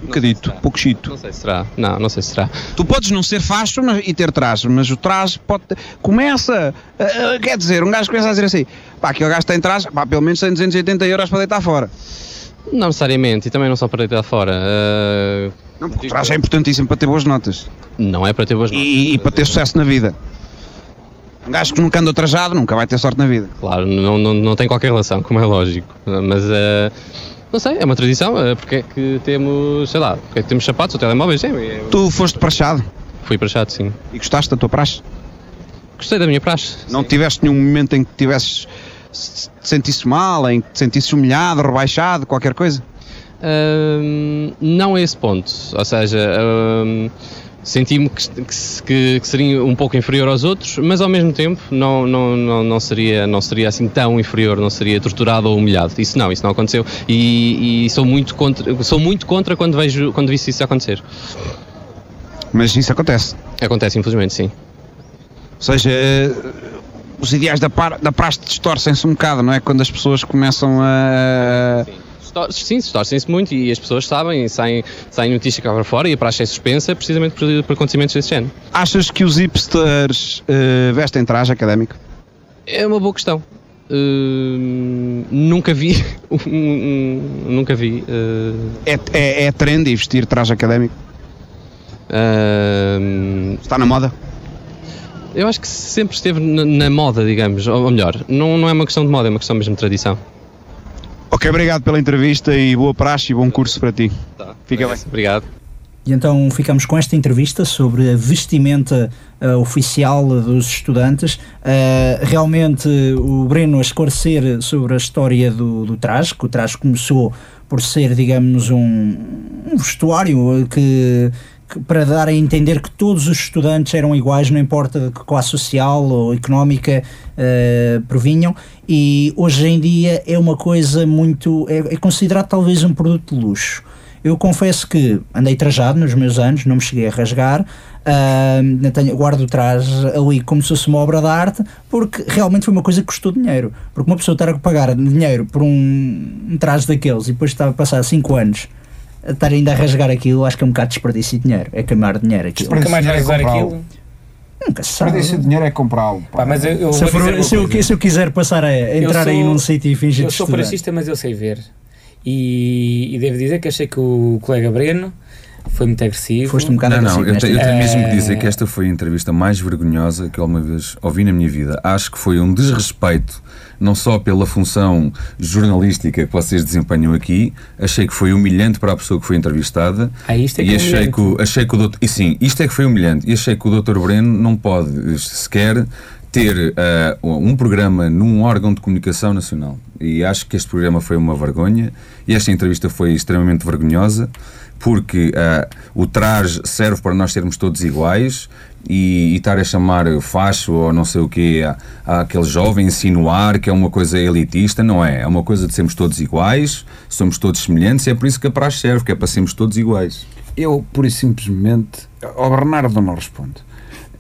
S2: Um bocadito, pouco chito.
S11: Não sei se será. Não, não sei se será.
S2: Tu podes não ser facho mas- e ter traje, mas o traje pode. ter- Começa. ah, ah, quer dizer, um gajo começa a dizer assim: pá, aquele gajo tem traje, pá, pelo menos tem 280 euros para deitar fora.
S11: Não necessariamente, e também não só para deitar fora. Ah,
S2: Não, porque o traje é importantíssimo para ter boas notas.
S11: Não é para ter boas
S2: notas. E, e para ter sucesso na vida. Um gajo que nunca andou trajado nunca vai ter sorte na vida.
S11: Claro, não, não, não tem qualquer relação, como é lógico. Mas ah, não sei, é uma tradição. ah, porque é que temos, sei lá, porque é que temos sapatos ou telemóveis? É, é-
S2: Tu foste prachado
S11: fui para chato, sim.
S2: e gostaste da tua praxe?
S11: Gostei da minha praxe.
S2: Não tiveste nenhum momento em que tivesses se te sentisse mal, em que te sentisses humilhado, rebaixado, qualquer coisa?
S11: Hum, não a esse ponto. Ou seja, hum, senti-me que, que se- que- que seria um pouco inferior aos outros, mas ao mesmo tempo não, não, não, não seria, não seria assim tão inferior, não seria torturado ou humilhado. Isso não, isso não aconteceu. E, e sou, muito contra, sou muito contra quando vejo quando vi isso acontecer.
S2: Mas isso acontece.
S11: Acontece, infelizmente, sim.
S2: Ou seja, eh, os ideais da, par, da praxe distorcem-se um bocado, não é? Quando as pessoas começam a.
S11: Estor- Sim, distorcem-se muito e as pessoas sabem, e saem, saem notícias cá para fora e a praxe é suspensa precisamente por, por acontecimentos desse género.
S2: Achas que os hipsters eh, vestem traje académico?
S11: É uma boa questão. Hum, nunca vi. um- um- nunca vi. uh,
S2: É, é, é trendy vestir traje académico?
S11: hum,
S2: Está na moda?
S11: eu acho que sempre esteve na, na moda, digamos. Ou, ou melhor, não, não é uma questão de moda, é uma questão mesmo de tradição.
S2: Ok, obrigado pela entrevista e boa praxe e bom curso para ti.
S11: Tá.
S2: Fica bem.
S11: Obrigado.
S1: E então ficamos com esta entrevista sobre a vestimenta ah, oficial dos estudantes. Ah, realmente o Breno a esclarecer sobre a história do, do traje, que o traje começou por ser, digamos, um, um vestuário que, que para dar a entender que todos os estudantes eram iguais, não importa de que classe social ou económica eh, provinham, e hoje em dia é uma coisa muito. é, é considerado talvez um produto de luxo. Eu confesso que andei trajado nos meus anos, não me cheguei a rasgar, Uh, tenho, guardo trás ali como se fosse uma obra de arte, porque realmente foi uma coisa que custou dinheiro. Porque uma pessoa estar a pagar dinheiro por um, um traje daqueles e depois estar a passar 5 anos a estar ainda a rasgar aquilo, acho que é um bocado desperdício de dinheiro. É queimar dinheiro aquilo.
S3: Nunca mais vais usar aquilo.
S1: Nunca se sabe.
S2: Desperdício de dinheiro é comprá-lo. pá.
S3: Pá, mas eu, eu
S1: Se,
S3: vou
S1: for-
S3: dizer uma
S1: se eu,
S3: coisa.
S1: se eu quiser passar a a entrar aí
S3: sou-
S1: num sítio e fingir
S3: Eu
S1: é de
S3: sou
S1: estudar.
S3: paracista, mas eu sei ver. E, e devo dizer que achei que o colega Breno foi muito agressivo.
S1: Foste um bocado
S4: Não, não,
S1: agressivo
S4: eu,
S1: nesta
S4: te- eu tenho
S3: É.
S4: mesmo que dizer que esta foi a entrevista mais vergonhosa que alguma vez ouvi na minha vida. Acho que foi um desrespeito, não só pela função jornalística que vocês desempenham aqui, achei que foi humilhante para a pessoa que foi entrevistada.
S3: Ah, isto é que
S4: e
S3: é
S4: achei
S3: humilhante.
S4: que, o- achei que o doutor. E sim, isto é que foi humilhante. E achei que o Dr. Breno não pode sequer ter ah, um programa num órgão de comunicação nacional. E acho que este programa foi uma vergonha e esta entrevista foi extremamente vergonhosa porque ah, o traje serve para nós sermos todos iguais e, e estar a chamar facho ou não sei o quê à- àquele jovem, insinuar que é uma coisa elitista, não é? É uma coisa de sermos todos iguais, somos todos semelhantes, e é por isso que a praxe serve, que é para sermos todos iguais.
S2: Eu, pura e simplesmente, ao Bernardo não respondo.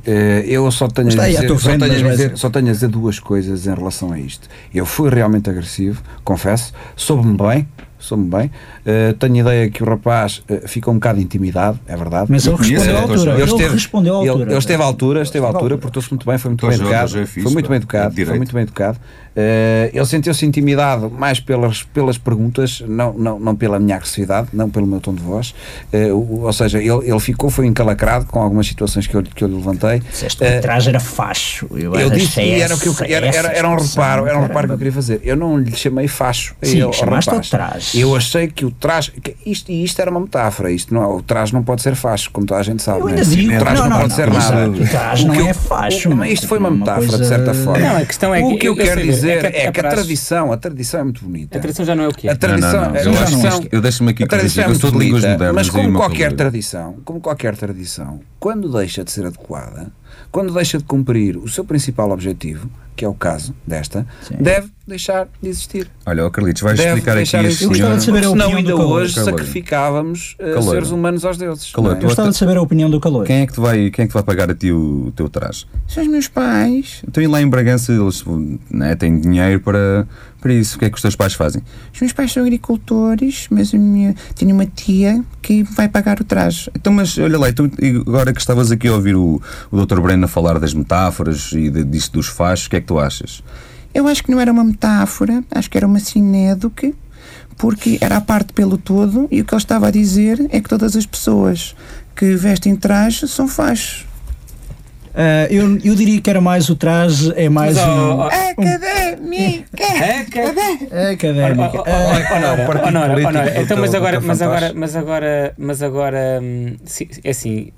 S2: Eh, Eu só tenho,
S1: Está
S2: a
S1: aí à
S2: dizer,
S1: tua
S2: só,
S1: frente,
S2: tenho a
S1: mas vai
S2: dizer-
S1: ser.
S2: só tenho a dizer duas coisas em relação a isto. Eu fui realmente agressivo, confesso, soube-me bem, soube-me bem. Eh, tenho ideia que o rapaz eh, ficou um bocado intimidado, é verdade.
S1: Mas ele
S4: E- e esse
S1: respondeu à
S4: é o teu
S1: altura.
S4: jogo.
S1: Ele,
S2: esteve-
S1: respondeu à
S2: ele-
S1: altura.
S2: Ele esteve à altura, esteve à altura, portou-se muito bem, foi muito
S4: Então,
S2: bem
S4: Jorge,
S2: educado.
S4: Jorge é fixe,
S2: Foi muito
S4: pá.
S2: bem
S4: É
S2: educado,
S4: de
S2: foi
S4: direito.
S2: muito bem educado. Eh, ele sentiu-se intimidado mais pelas, pelas perguntas, não, não, não pela minha agressividade, não pelo meu tom de voz. Eh, o- ou seja, ele, ele ficou, foi encalacrado com algumas situações que eu, lhe- que eu lhe levantei.
S1: Disseste que
S2: Eh,
S1: o traje era facho. Eu,
S2: eu
S1: era
S2: disse e era, o que eu,
S1: essa-
S2: era, era,
S1: essa
S2: era um
S1: expressão,
S2: reparo, era um reparo
S1: caramba.
S2: que eu queria fazer. Eu não lhe chamei facho. a
S1: Sim,
S2: ele, ao
S1: chamaste-o
S2: rapaz.
S1: traje.
S2: Eu achei que o traje. que isto, e isto era uma metáfora. Isto não, é- o traje não pode ser facho, como toda a gente sabe.
S1: Eu
S2: não é?
S1: ainda digo,
S2: o traje não,
S1: não,
S2: pode
S1: não,
S2: ser
S1: não,
S2: nada.
S1: exato. O traje
S2: O
S1: não
S2: que eu-
S1: é facho,
S2: o-
S1: mas
S2: isto foi uma
S1: uma
S2: metáfora,
S1: coisa-
S2: de certa forma.
S3: Não, a questão é
S2: o
S3: que-
S2: que eu,
S3: eu
S2: quero
S3: sei, é
S2: dizer
S3: que
S2: é
S3: a-
S2: que,
S3: a
S2: a
S3: praxe-
S2: tradição, a tradição é muito bonita.
S3: A tradição já não é o que é.
S2: A tradição,
S4: não, não,
S2: a
S4: eu acho
S2: tradição-
S4: que- eu deixo-me aqui
S2: a tradição é
S4: corrigir, eu sou de
S2: muito
S4: línguas
S2: bonita,
S4: modernas
S2: Mas
S4: e
S2: como
S4: uma
S2: qualquer
S4: cultura.
S2: tradição, como qualquer tradição, quando deixa de ser adequada, quando deixa de cumprir o seu principal objetivo, que é o caso desta, deve deixar de existir.
S4: Olha, ó Carlitos, vais
S2: Deve
S4: explicar aqui
S2: deixar
S4: a
S2: de existir.
S1: Eu gostava
S4: senhora.
S1: de saber a
S2: Porque senão
S1: opinião
S2: ainda
S1: do Calouro.
S2: hoje
S4: Calouro.
S2: sacrificávamos eh,
S4: Calouro.
S2: seres humanos aos deuses.
S4: Calouro,
S2: não é?
S1: Eu gostava de saber a opinião do calor.
S4: Quem é que te vai, quem é que te vai pagar a ti o, teu traje?
S2: São os meus pais.
S4: Então, e lá em Bragança eles né, têm dinheiro para, para isso. O que é que os teus pais fazem?
S2: Os meus pais são agricultores, mas a minha, tenho uma tia que vai pagar o traje.
S4: Então, mas olha lá, então, e agora que estavas aqui a ouvir o, o Dr. Breno a falar das metáforas e de, disto dos fachos, o que é que tu achas?
S2: Eu acho que não era uma metáfora, acho que era uma sinédoque, porque era a parte pelo todo e o que ele estava a dizer é que todas as pessoas que vestem traje são fachos.
S1: Ah, eu, eu diria que era mais o traje, é mais
S3: Mas, ó,
S1: um-
S2: oh,
S3: ó, ó,
S5: Académica!
S3: é que-
S4: É, um
S1: académica.
S2: oh,
S3: Ó, ó, ó, ó, Honora,
S2: partido
S3: honora,
S2: político
S3: honora. Então,
S2: do
S3: mas
S2: teu-
S3: agora,
S2: do teu
S3: mas agora,
S2: fantoche.
S3: mas agora, mas agora, hum, se- é assim,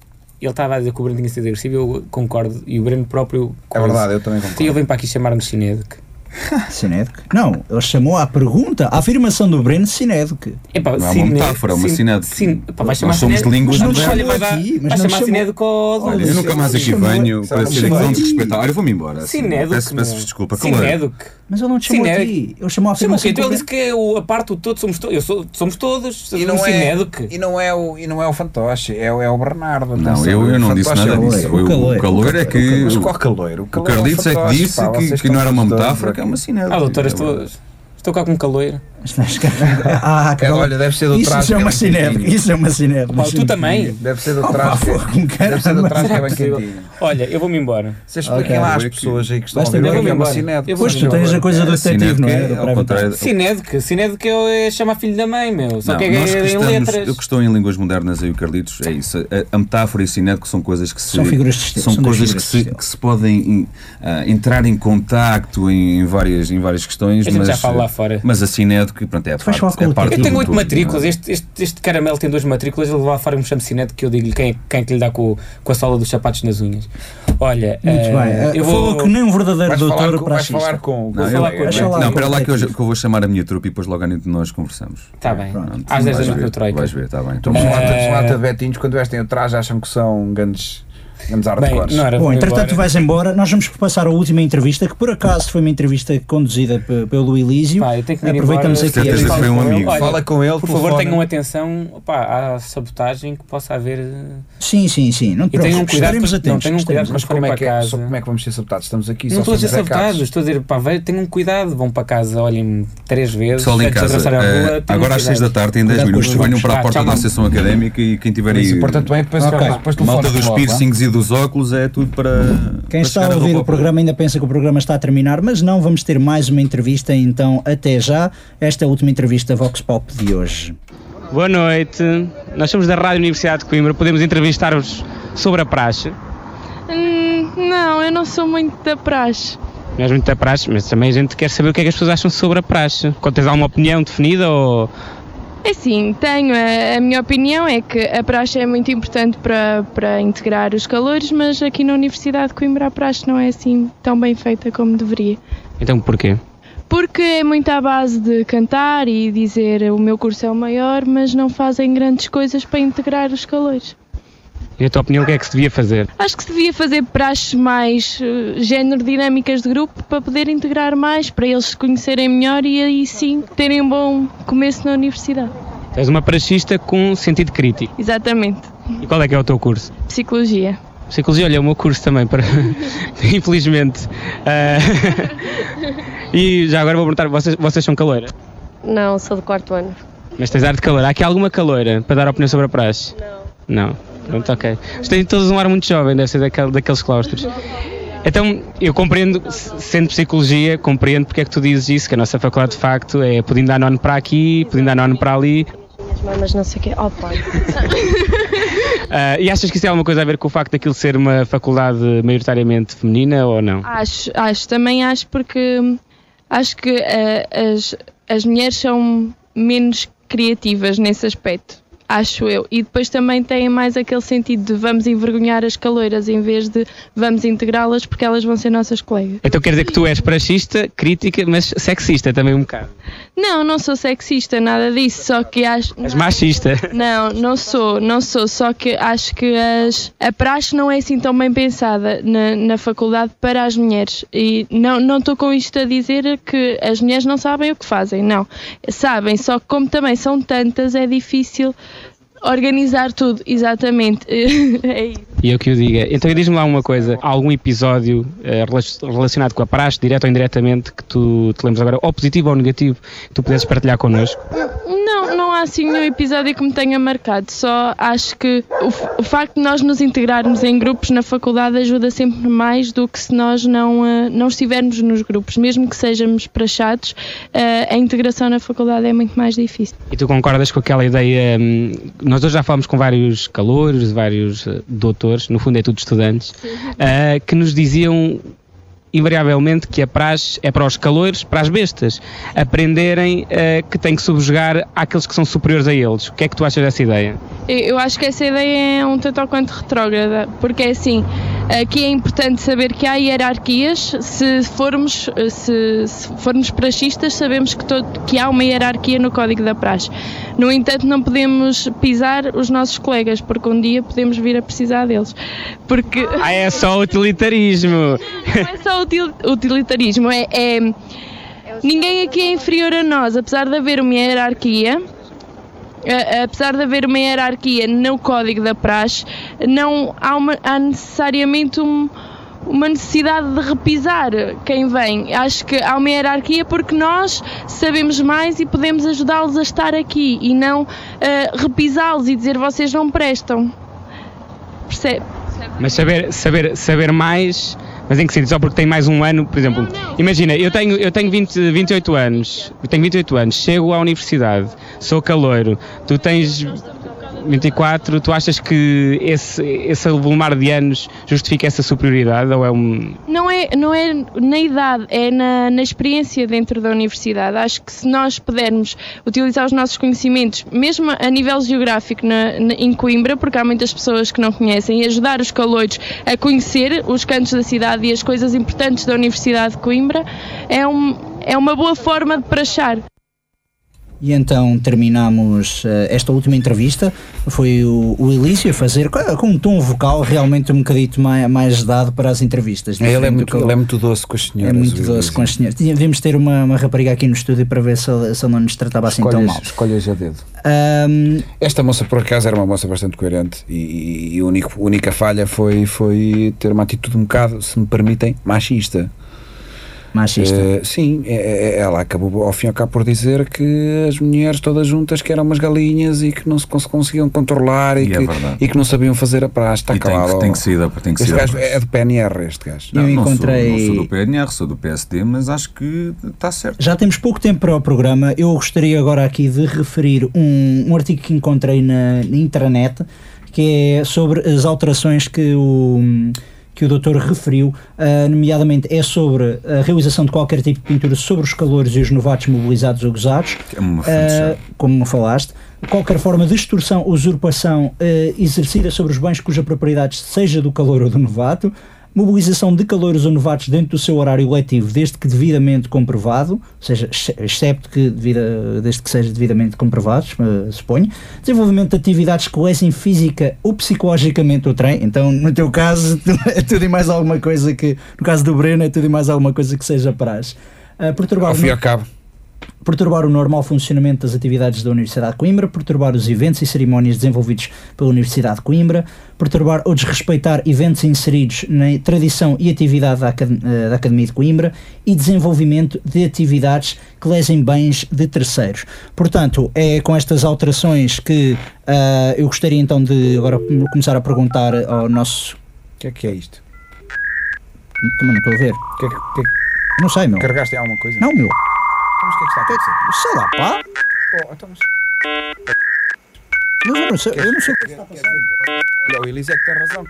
S3: ele estava a dizer que o Breno tinha sido agressivo, eu concordo, e o Breno próprio.
S2: É verdade, eu também
S3: E ele
S2: concordo.
S3: vem para aqui chamar-me cinédico.
S2: oh.
S1: Sinédico? Não, ele chamou à pergunta, à afirmação do Breno Sinédico.
S3: Epá,
S4: Não é uma
S3: cine-
S4: metáfora, é uma
S3: cine-
S4: cinédico.
S3: cine- pá, vai
S4: Nós
S3: chamar
S4: somos de línguas
S3: Mas não
S1: modernas.
S3: chamou aqui,
S1: Mas
S3: Vai
S1: não
S3: chamar
S1: chamou-
S3: cinédico ao
S4: Olha, eu
S3: Lúcio.
S4: nunca mais aqui
S1: chamou-
S4: venho para ser
S1: chamou-
S4: tão desrespeitado. Olha, eu vou-me embora. assim.
S3: Cinédico,
S4: Peço
S3: meu.
S4: peço desculpa. Calma.
S3: Cinédico.
S1: Mas ele não te chamou
S3: Sinédico.
S1: a ti, ele chamou à
S3: Chamou o quê?
S1: afirmação.
S3: Então ele
S1: do
S3: disse que eu, a parte do todo somos, to eu sou, somos todos.
S2: E
S3: um
S2: não, é,
S3: cinédico.
S2: e, não é o, e não é o fantoche, é, o- é o Bernardo.
S4: Não,
S2: atenção,
S4: eu, eu
S2: o
S4: não disse
S2: fantoche
S4: nada
S2: é o
S4: disso.
S1: Caloiro.
S4: Foi o-
S1: Caloiro.
S4: O calor é que.
S2: Mas qual caloiro?
S4: O
S2: caloiro é
S4: Carlitos é que
S2: fantoche,
S4: disse
S2: pá,
S4: que-
S2: vocês
S4: que não
S2: estão
S4: era uma
S2: todos doidos
S4: metáfora, que é uma
S2: aqui.
S4: cinédica.
S3: Ah, doutora, estou, estou cá com um caloeiro.
S1: Isto não é escra- Ah, que
S2: É,
S1: bom.
S2: olha, deve ser do
S1: Isso
S2: traje
S1: já é uma
S2: que era
S1: cinética,
S2: pequenininho.
S1: isso é uma cinética.
S3: Paulo, tu também.
S2: Deve ser do
S1: Opa,
S2: traje. que-
S1: fogo,
S2: Deve ser do
S1: caramba.
S2: traje que é
S3: Será
S2: bem
S3: que é possível?
S2: quentinho.
S3: Olha, eu vou-me embora.
S2: Vocês expliquem lá às
S4: Ok.
S2: pessoas aí que estão a
S1: Basta
S2: ver o
S1: ver
S2: que é uma
S3: agora.
S2: cinética.
S3: Eu vou-
S1: Pois tu tens a coisa do detetive, não é? Do
S4: né? Ao
S1: Private
S4: contrário.
S3: Cinédico, cinédico é chamar filho da mãe, meu. Só
S4: Não,
S3: que é
S4: nós que
S3: em
S4: estamos,
S3: letras.
S4: eu que estou em línguas modernas aí o Carlitos, é isso. A, a metáfora e o cinético são coisas que se
S1: São figuras de estilo,
S4: são
S1: são duas
S4: coisas que
S1: figuras de
S4: se,
S1: estilo.
S4: que se podem em, ah, entrar em contacto em, em várias em várias questões,
S3: A gente
S4: mas
S3: já fala lá fora.
S4: Mas a cinético, pronto, é a
S1: vais
S4: parte,
S1: falar com
S4: é a
S1: o
S4: parte
S1: Tiago.
S3: Eu
S4: do
S3: tenho oito
S4: tudo,
S3: matrículas,
S4: não é?
S3: este, este, este caramelo tem duas matrículas, ele lá fora um chame cinético que eu digo-lhe quem, é- quem é que lhe dá com, o- com a sola dos sapatos nas unhas. Olha,
S1: Muito
S3: eh,
S1: bem.
S3: eu
S1: Falou
S3: vou...
S1: que nem um verdadeiro
S2: Vais falar
S1: doutor
S2: com- vais falar
S1: praxista.
S2: com o
S4: Não,
S3: falar com
S4: eu,
S3: o
S1: Deixa lá,
S4: não, espera lá que eu,
S1: Tiago.
S4: que eu vou chamar a minha trupe e depois logo à noite nós conversamos.
S3: Está Tá bem,
S4: Pronto,
S3: às 10 da
S4: vais
S3: noite
S4: ver,
S3: no Troika.
S2: É.
S4: Vais ver, está bem. Então,
S2: Os latas, os latas betinhos, quando vestem o traje, acham que são grandes Vamos à
S1: Bem,
S2: hora
S1: Bom, entretanto tu vais embora, nós vamos passar a última entrevista, que por acaso foi uma entrevista conduzida pe- pelo Elísio. Aproveitamos aqui
S12: Certeza
S1: a
S12: que foi um amigo.
S3: é.
S1: Olha,
S13: Fala com ele,
S12: Por favor,
S13: telefona.
S12: tenham
S3: um
S12: atenção opá, à sabotagem que possa haver. eh,
S1: Sim, sim, sim. Não te
S12: E tenham
S1: preocupes,
S12: cuidado,
S1: estaremos
S12: não
S1: atentos.
S12: tenham cuidado, mas
S1: estaremos atentos.
S12: forem
S2: Como é,
S12: para
S2: que é,
S12: casa.
S2: só como é que vamos ser sabotados? Estamos aqui
S12: não
S2: só
S12: estou a dizer
S2: somos
S12: sabotados,
S2: atacados.
S12: estou a dizer, pá, ve- tenham cuidado, vão para casa, olhem três vezes,
S4: Pessoal em
S12: antes de
S4: casa,
S12: atravessarem a
S4: eh,
S12: rua, tenham
S4: agora às
S12: cuidado.
S4: 6 da tarde, em 10
S12: Cuidado com os
S4: minutos, venham
S12: bancos.
S4: para a
S12: Vá,
S4: porta
S12: tchau.
S4: da Associação Académica e quem tiver aí.
S2: Isso, portanto, bem, depois-
S1: Ok.
S2: depois telefone
S4: Malta dos
S2: logo,
S4: piercings e dos óculos é tudo para.
S1: Quem
S4: para
S1: está
S4: chegar
S1: a ouvir
S4: roupa
S1: o programa ainda pensa que o programa está a terminar, mas não, vamos ter mais uma entrevista, então até já. Esta é a última entrevista Vox Pop de hoje.
S3: Boa noite. Nós somos da Rádio Universidade de Coimbra. Podemos entrevistar-vos sobre a praxe.
S8: Hum, não, eu não sou muito da praxe.
S3: Não és muito da praxe, mas também a gente quer saber o que é que as pessoas acham sobre a praxe. Quando tens alguma opinião definida ou.
S8: É Assim, tenho. A, a minha opinião é que a praxe é muito importante para, para integrar os calores, mas aqui na Universidade de Coimbra a praxe não é assim tão bem feita como deveria.
S3: Então porquê?
S8: Porque é muito à base de cantar e dizer o meu curso é o maior, mas não fazem grandes coisas para integrar os calores.
S3: E a tua opinião, o que é que se devia fazer?
S8: Acho que se devia fazer praxes mais eh, género dinâmicas de grupo para poder integrar mais, para eles se conhecerem melhor e aí sim terem um bom começo na universidade.
S3: Tu És uma praxista com sentido crítico.
S8: Exatamente.
S3: E qual é que é o teu curso?
S8: Psicologia.
S3: Psicologia, olha, é o meu curso também, para... infelizmente. Ah, e já agora vou perguntar, vocês, vocês são caloira?
S14: Não, sou do quarto ano.
S3: Mas tens ar de caloira. Há aqui alguma caloira para dar opinião sobre a praxe? Não. Não? Pronto, ok. Mas têm todos um ar muito jovem, deve ser daquele, daqueles claustros. Então, eu compreendo, se- sendo psicologia, compreendo porque é que tu dizes isso, que a nossa faculdade de facto é podindo dar nono para aqui, podindo dar nono para ali.
S14: Minhas mamas não sei o quê. Oh, pai.
S3: Ah, e achas que isso tem alguma coisa a ver com o facto daquilo ser uma faculdade maioritariamente feminina ou não?
S8: Acho, acho, também acho porque hum, acho que eh, as, as mulheres são menos criativas nesse aspecto, acho eu. E depois também têm mais aquele sentido de vamos envergonhar as caloiras em vez de vamos integrá-las porque elas vão ser nossas colegas.
S3: Então quer dizer que tu és praxista, crítica, mas sexista também um bocado.
S8: Não, não sou sexista, nada disso, só que acho.
S3: És machista.
S8: Não, não sou, não sou, só que acho que as, a praxe não é assim tão bem pensada na, na faculdade para as mulheres. E não não estou com isto a dizer que as mulheres não sabem o que fazem, não. Sabem, só que como também são tantas, é difícil organizar tudo, exatamente. é isso.
S3: E eu que o diga. Então diz-me lá uma coisa, há algum episódio eh, rela- relacionado com a praxe, direto ou indiretamente, que tu te lembres agora, ou positivo ou negativo, que tu pudesses partilhar connosco?
S8: Não, não há assim nenhum episódio que me tenha marcado. Só acho que o, f- o facto de nós nos integrarmos em grupos na faculdade ajuda sempre mais do que se nós não, ah, não estivermos nos grupos. Mesmo que sejamos praxados, ah, a integração na faculdade é muito mais difícil.
S3: E tu concordas com aquela ideia? hum, nós hoje já falamos com vários calouros, vários eh, doutores, no fundo é tudo estudantes, ah, que nos diziam invariavelmente que a praxe é para os calores, para as bestas, aprenderem ah, que têm que subjugar àqueles que são superiores a eles. O que é que tu achas dessa ideia?
S8: Eu- Eu acho que essa ideia é um tanto ao quanto retrógrada, porque é assim, aqui é importante saber que há hierarquias, se formos, se, se formos praxistas sabemos que, todo- que há uma hierarquia no Código da Praxe. No entanto, não podemos pisar os nossos colegas, porque um dia podemos vir a precisar deles. Porque...
S3: Ah, é só utilitarismo!
S8: Não é só util- utilitarismo, é, é- Ninguém aqui é inferior a nós, apesar de haver uma hierarquia. a- Apesar de haver uma hierarquia no código da praxe, não há, uma- há necessariamente um- uma necessidade de repisar quem vem. Acho que há uma hierarquia porque nós sabemos mais e podemos ajudá-los a estar aqui e não ah, repisá-los e dizer vocês não prestam. Percebe?
S3: Mas saber, saber, saber mais, mas em que sentido? Só porque tem mais um ano, por exemplo. Imagina, eu tenho, eu tenho 20, 28 anos, eu tenho 28 anos, chego à universidade, sou caloiro, tu tens 24, tu achas que esse, esse volumar de anos justifica essa superioridade ou é um...
S8: Não é, não é na idade, é na, na experiência dentro da universidade. Acho que se nós pudermos utilizar os nossos conhecimentos, mesmo a nível geográfico na- na- em Coimbra, porque há muitas pessoas que não conhecem, e ajudar os caloiros a conhecer os cantos da cidade e as coisas importantes da Universidade de Coimbra, é, um- é uma boa forma de prachar.
S1: E então terminamos uh, esta última entrevista. Foi o, o Elísio a fazer com, com um tom vocal realmente um bocadito mais, mais dado para as entrevistas.
S2: É, ele, é muito, ele é muito doce com as senhoras.
S1: É muito doce com as senhoras. Devíamos ter uma, uma rapariga aqui no estúdio para ver se, ela- se ela não nos tratava assim tão
S2: Escolhas-
S1: mal.
S2: Escolhas a dedo.
S1: Ahm,
S2: Esta moça, por acaso, era uma moça bastante coerente e, e- e a única, única falha foi, foi ter uma atitude um bocado, se me permitem, machista.
S1: Machista?
S2: Eh, sim, eh, eh, ela acabou ao fim e ao cabo por dizer que as mulheres todas juntas que eram umas galinhas e que não se cons- conseguiam controlar e,
S4: E
S2: que,
S4: é verdade.
S2: e que não sabiam fazer a praxe. Está
S4: E tem que-
S2: calado.
S4: tem que sair da- tem que
S2: este
S4: sair da
S2: gajo
S4: praxe.
S2: é do PNR, este gajo.
S4: Não, não sou- não sou do PNR, sou do PSD, mas acho que está certo.
S1: Já temos pouco tempo para o programa. Eu gostaria agora aqui de referir um, um artigo que encontrei na, na internet que é sobre as alterações que o, que o doutor referiu, ah, nomeadamente é sobre a realização de qualquer tipo de pintura sobre os calores e os novatos mobilizados ou gozados,
S4: É uma fonte
S1: ah,
S4: já.
S1: como falaste, qualquer forma de extorsão, usurpação eh, exercida sobre os bens cuja propriedade seja do calor ou do novato, mobilização de calores ou novatos dentro do seu horário letivo, desde que devidamente comprovado, ou seja, ex- excepto que devida, desde que seja devidamente comprovado, eh, suponho, desenvolvimento de atividades que lesem física ou psicologicamente o trem, então no teu caso tu- é tudo e mais alguma coisa que, no caso do Breno é tudo e mais alguma coisa que seja praxe. Uh, perturbar
S2: Ao
S1: o
S2: fim e
S1: no-
S2: ao cabo.
S1: perturbar o normal funcionamento das atividades da Universidade de Coimbra, perturbar os eventos e cerimónias desenvolvidos pela Universidade de Coimbra, perturbar ou desrespeitar eventos inseridos na tradição e atividade da, acad- eh, da Academia de Coimbra e desenvolvimento de atividades que lesem bens de terceiros. Portanto, é com estas alterações que ah, eu gostaria então de agora começar a perguntar ao nosso...
S2: O que é que é isto?
S1: Também não estou a ver.
S2: Que é que- que é que-
S1: Não sei, meu.
S2: Carregaste em alguma coisa?
S1: Não, meu.
S2: Mas o que é que está a acontecer?
S1: Sei lá, pá.
S2: Oh, então, mas...
S1: Mas eu não sei, eu não sei o que está a passar.
S2: Olha, o Elise é que tem razão.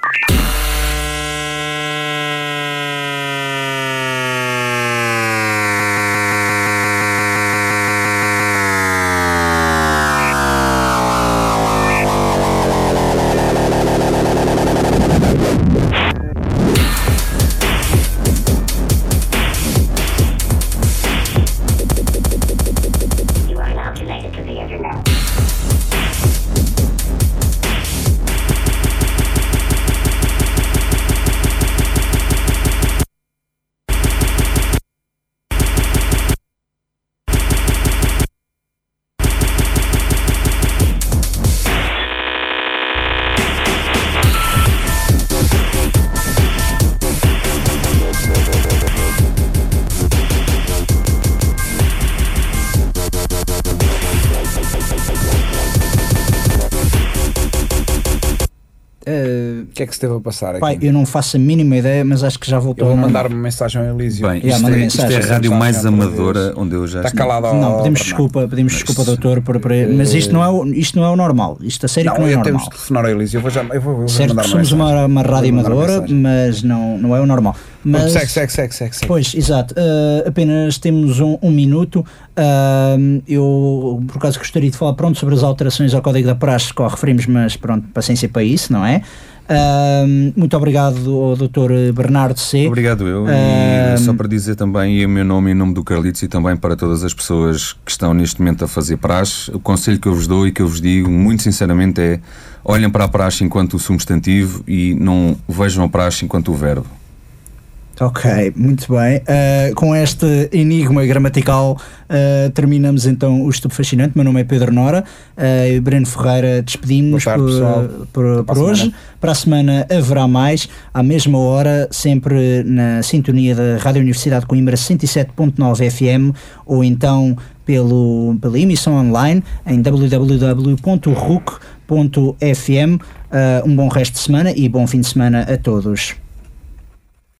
S1: Eh,
S2: O que é que se teve a passar aqui?
S1: Pai, eu não faço a mínima ideia, mas acho que já um voltou
S2: Eu vou
S1: ao normal.
S2: mandar uma mensagem ao Elísio.
S4: Bem, isto, é, isto é a rádio mais amadora onde eu já
S2: Está calado ao-
S1: Não, pedimos
S2: ao-
S1: desculpa, pedimos desculpa, doutor, por, por- mas isto não, é o, isto não é o normal. Isto a sério que
S2: Não,
S1: não é
S2: eu
S1: normal.
S2: temos de telefonar ao Elísio. Eu vou já. Eu vou, eu vou
S1: Certo
S2: mandar
S1: que somos
S2: mensagem.
S1: uma, uma rádio
S2: Vou mandar
S1: amadora,
S2: mensagem.
S1: mas não, não é o normal. Mas,
S2: Segue, segue, segue, segue, segue.
S1: Pois, exato. Uh, apenas temos um, um minuto. Uh, eu, por acaso, gostaria de falar pronto sobre as alterações ao Código da Praxe que ao referimos, mas pronto, paciência para isso, não é? Uh, muito obrigado ao Dr. Bernardo C.
S4: Obrigado eu.
S1: Ah,
S4: E só para dizer também, e o meu nome e o nome do Carlitos, e também para todas as pessoas que estão neste momento a fazer praxe, o conselho que eu vos dou e que eu vos digo muito sinceramente é olhem para a praxe enquanto substantivo e não vejam a praxe enquanto o verbo.
S1: Ok, muito bem. Uh, com este enigma gramatical uh, terminamos então o Estupo Fascinante. Meu nome é Pedro Nora uh, e Breno Ferreira despedimos
S2: Boa tarde, pessoal.
S1: por, por,
S2: Até para
S1: por
S2: a
S1: hoje.
S2: semana.
S1: Para a semana haverá mais, à mesma hora, sempre na sintonia da Rádio Universidade de Coimbra 107.9 FM ou então pelo, pela emissão online em Eh, www.ruc.fm. Uh, um bom resto de semana e bom fim de semana a todos.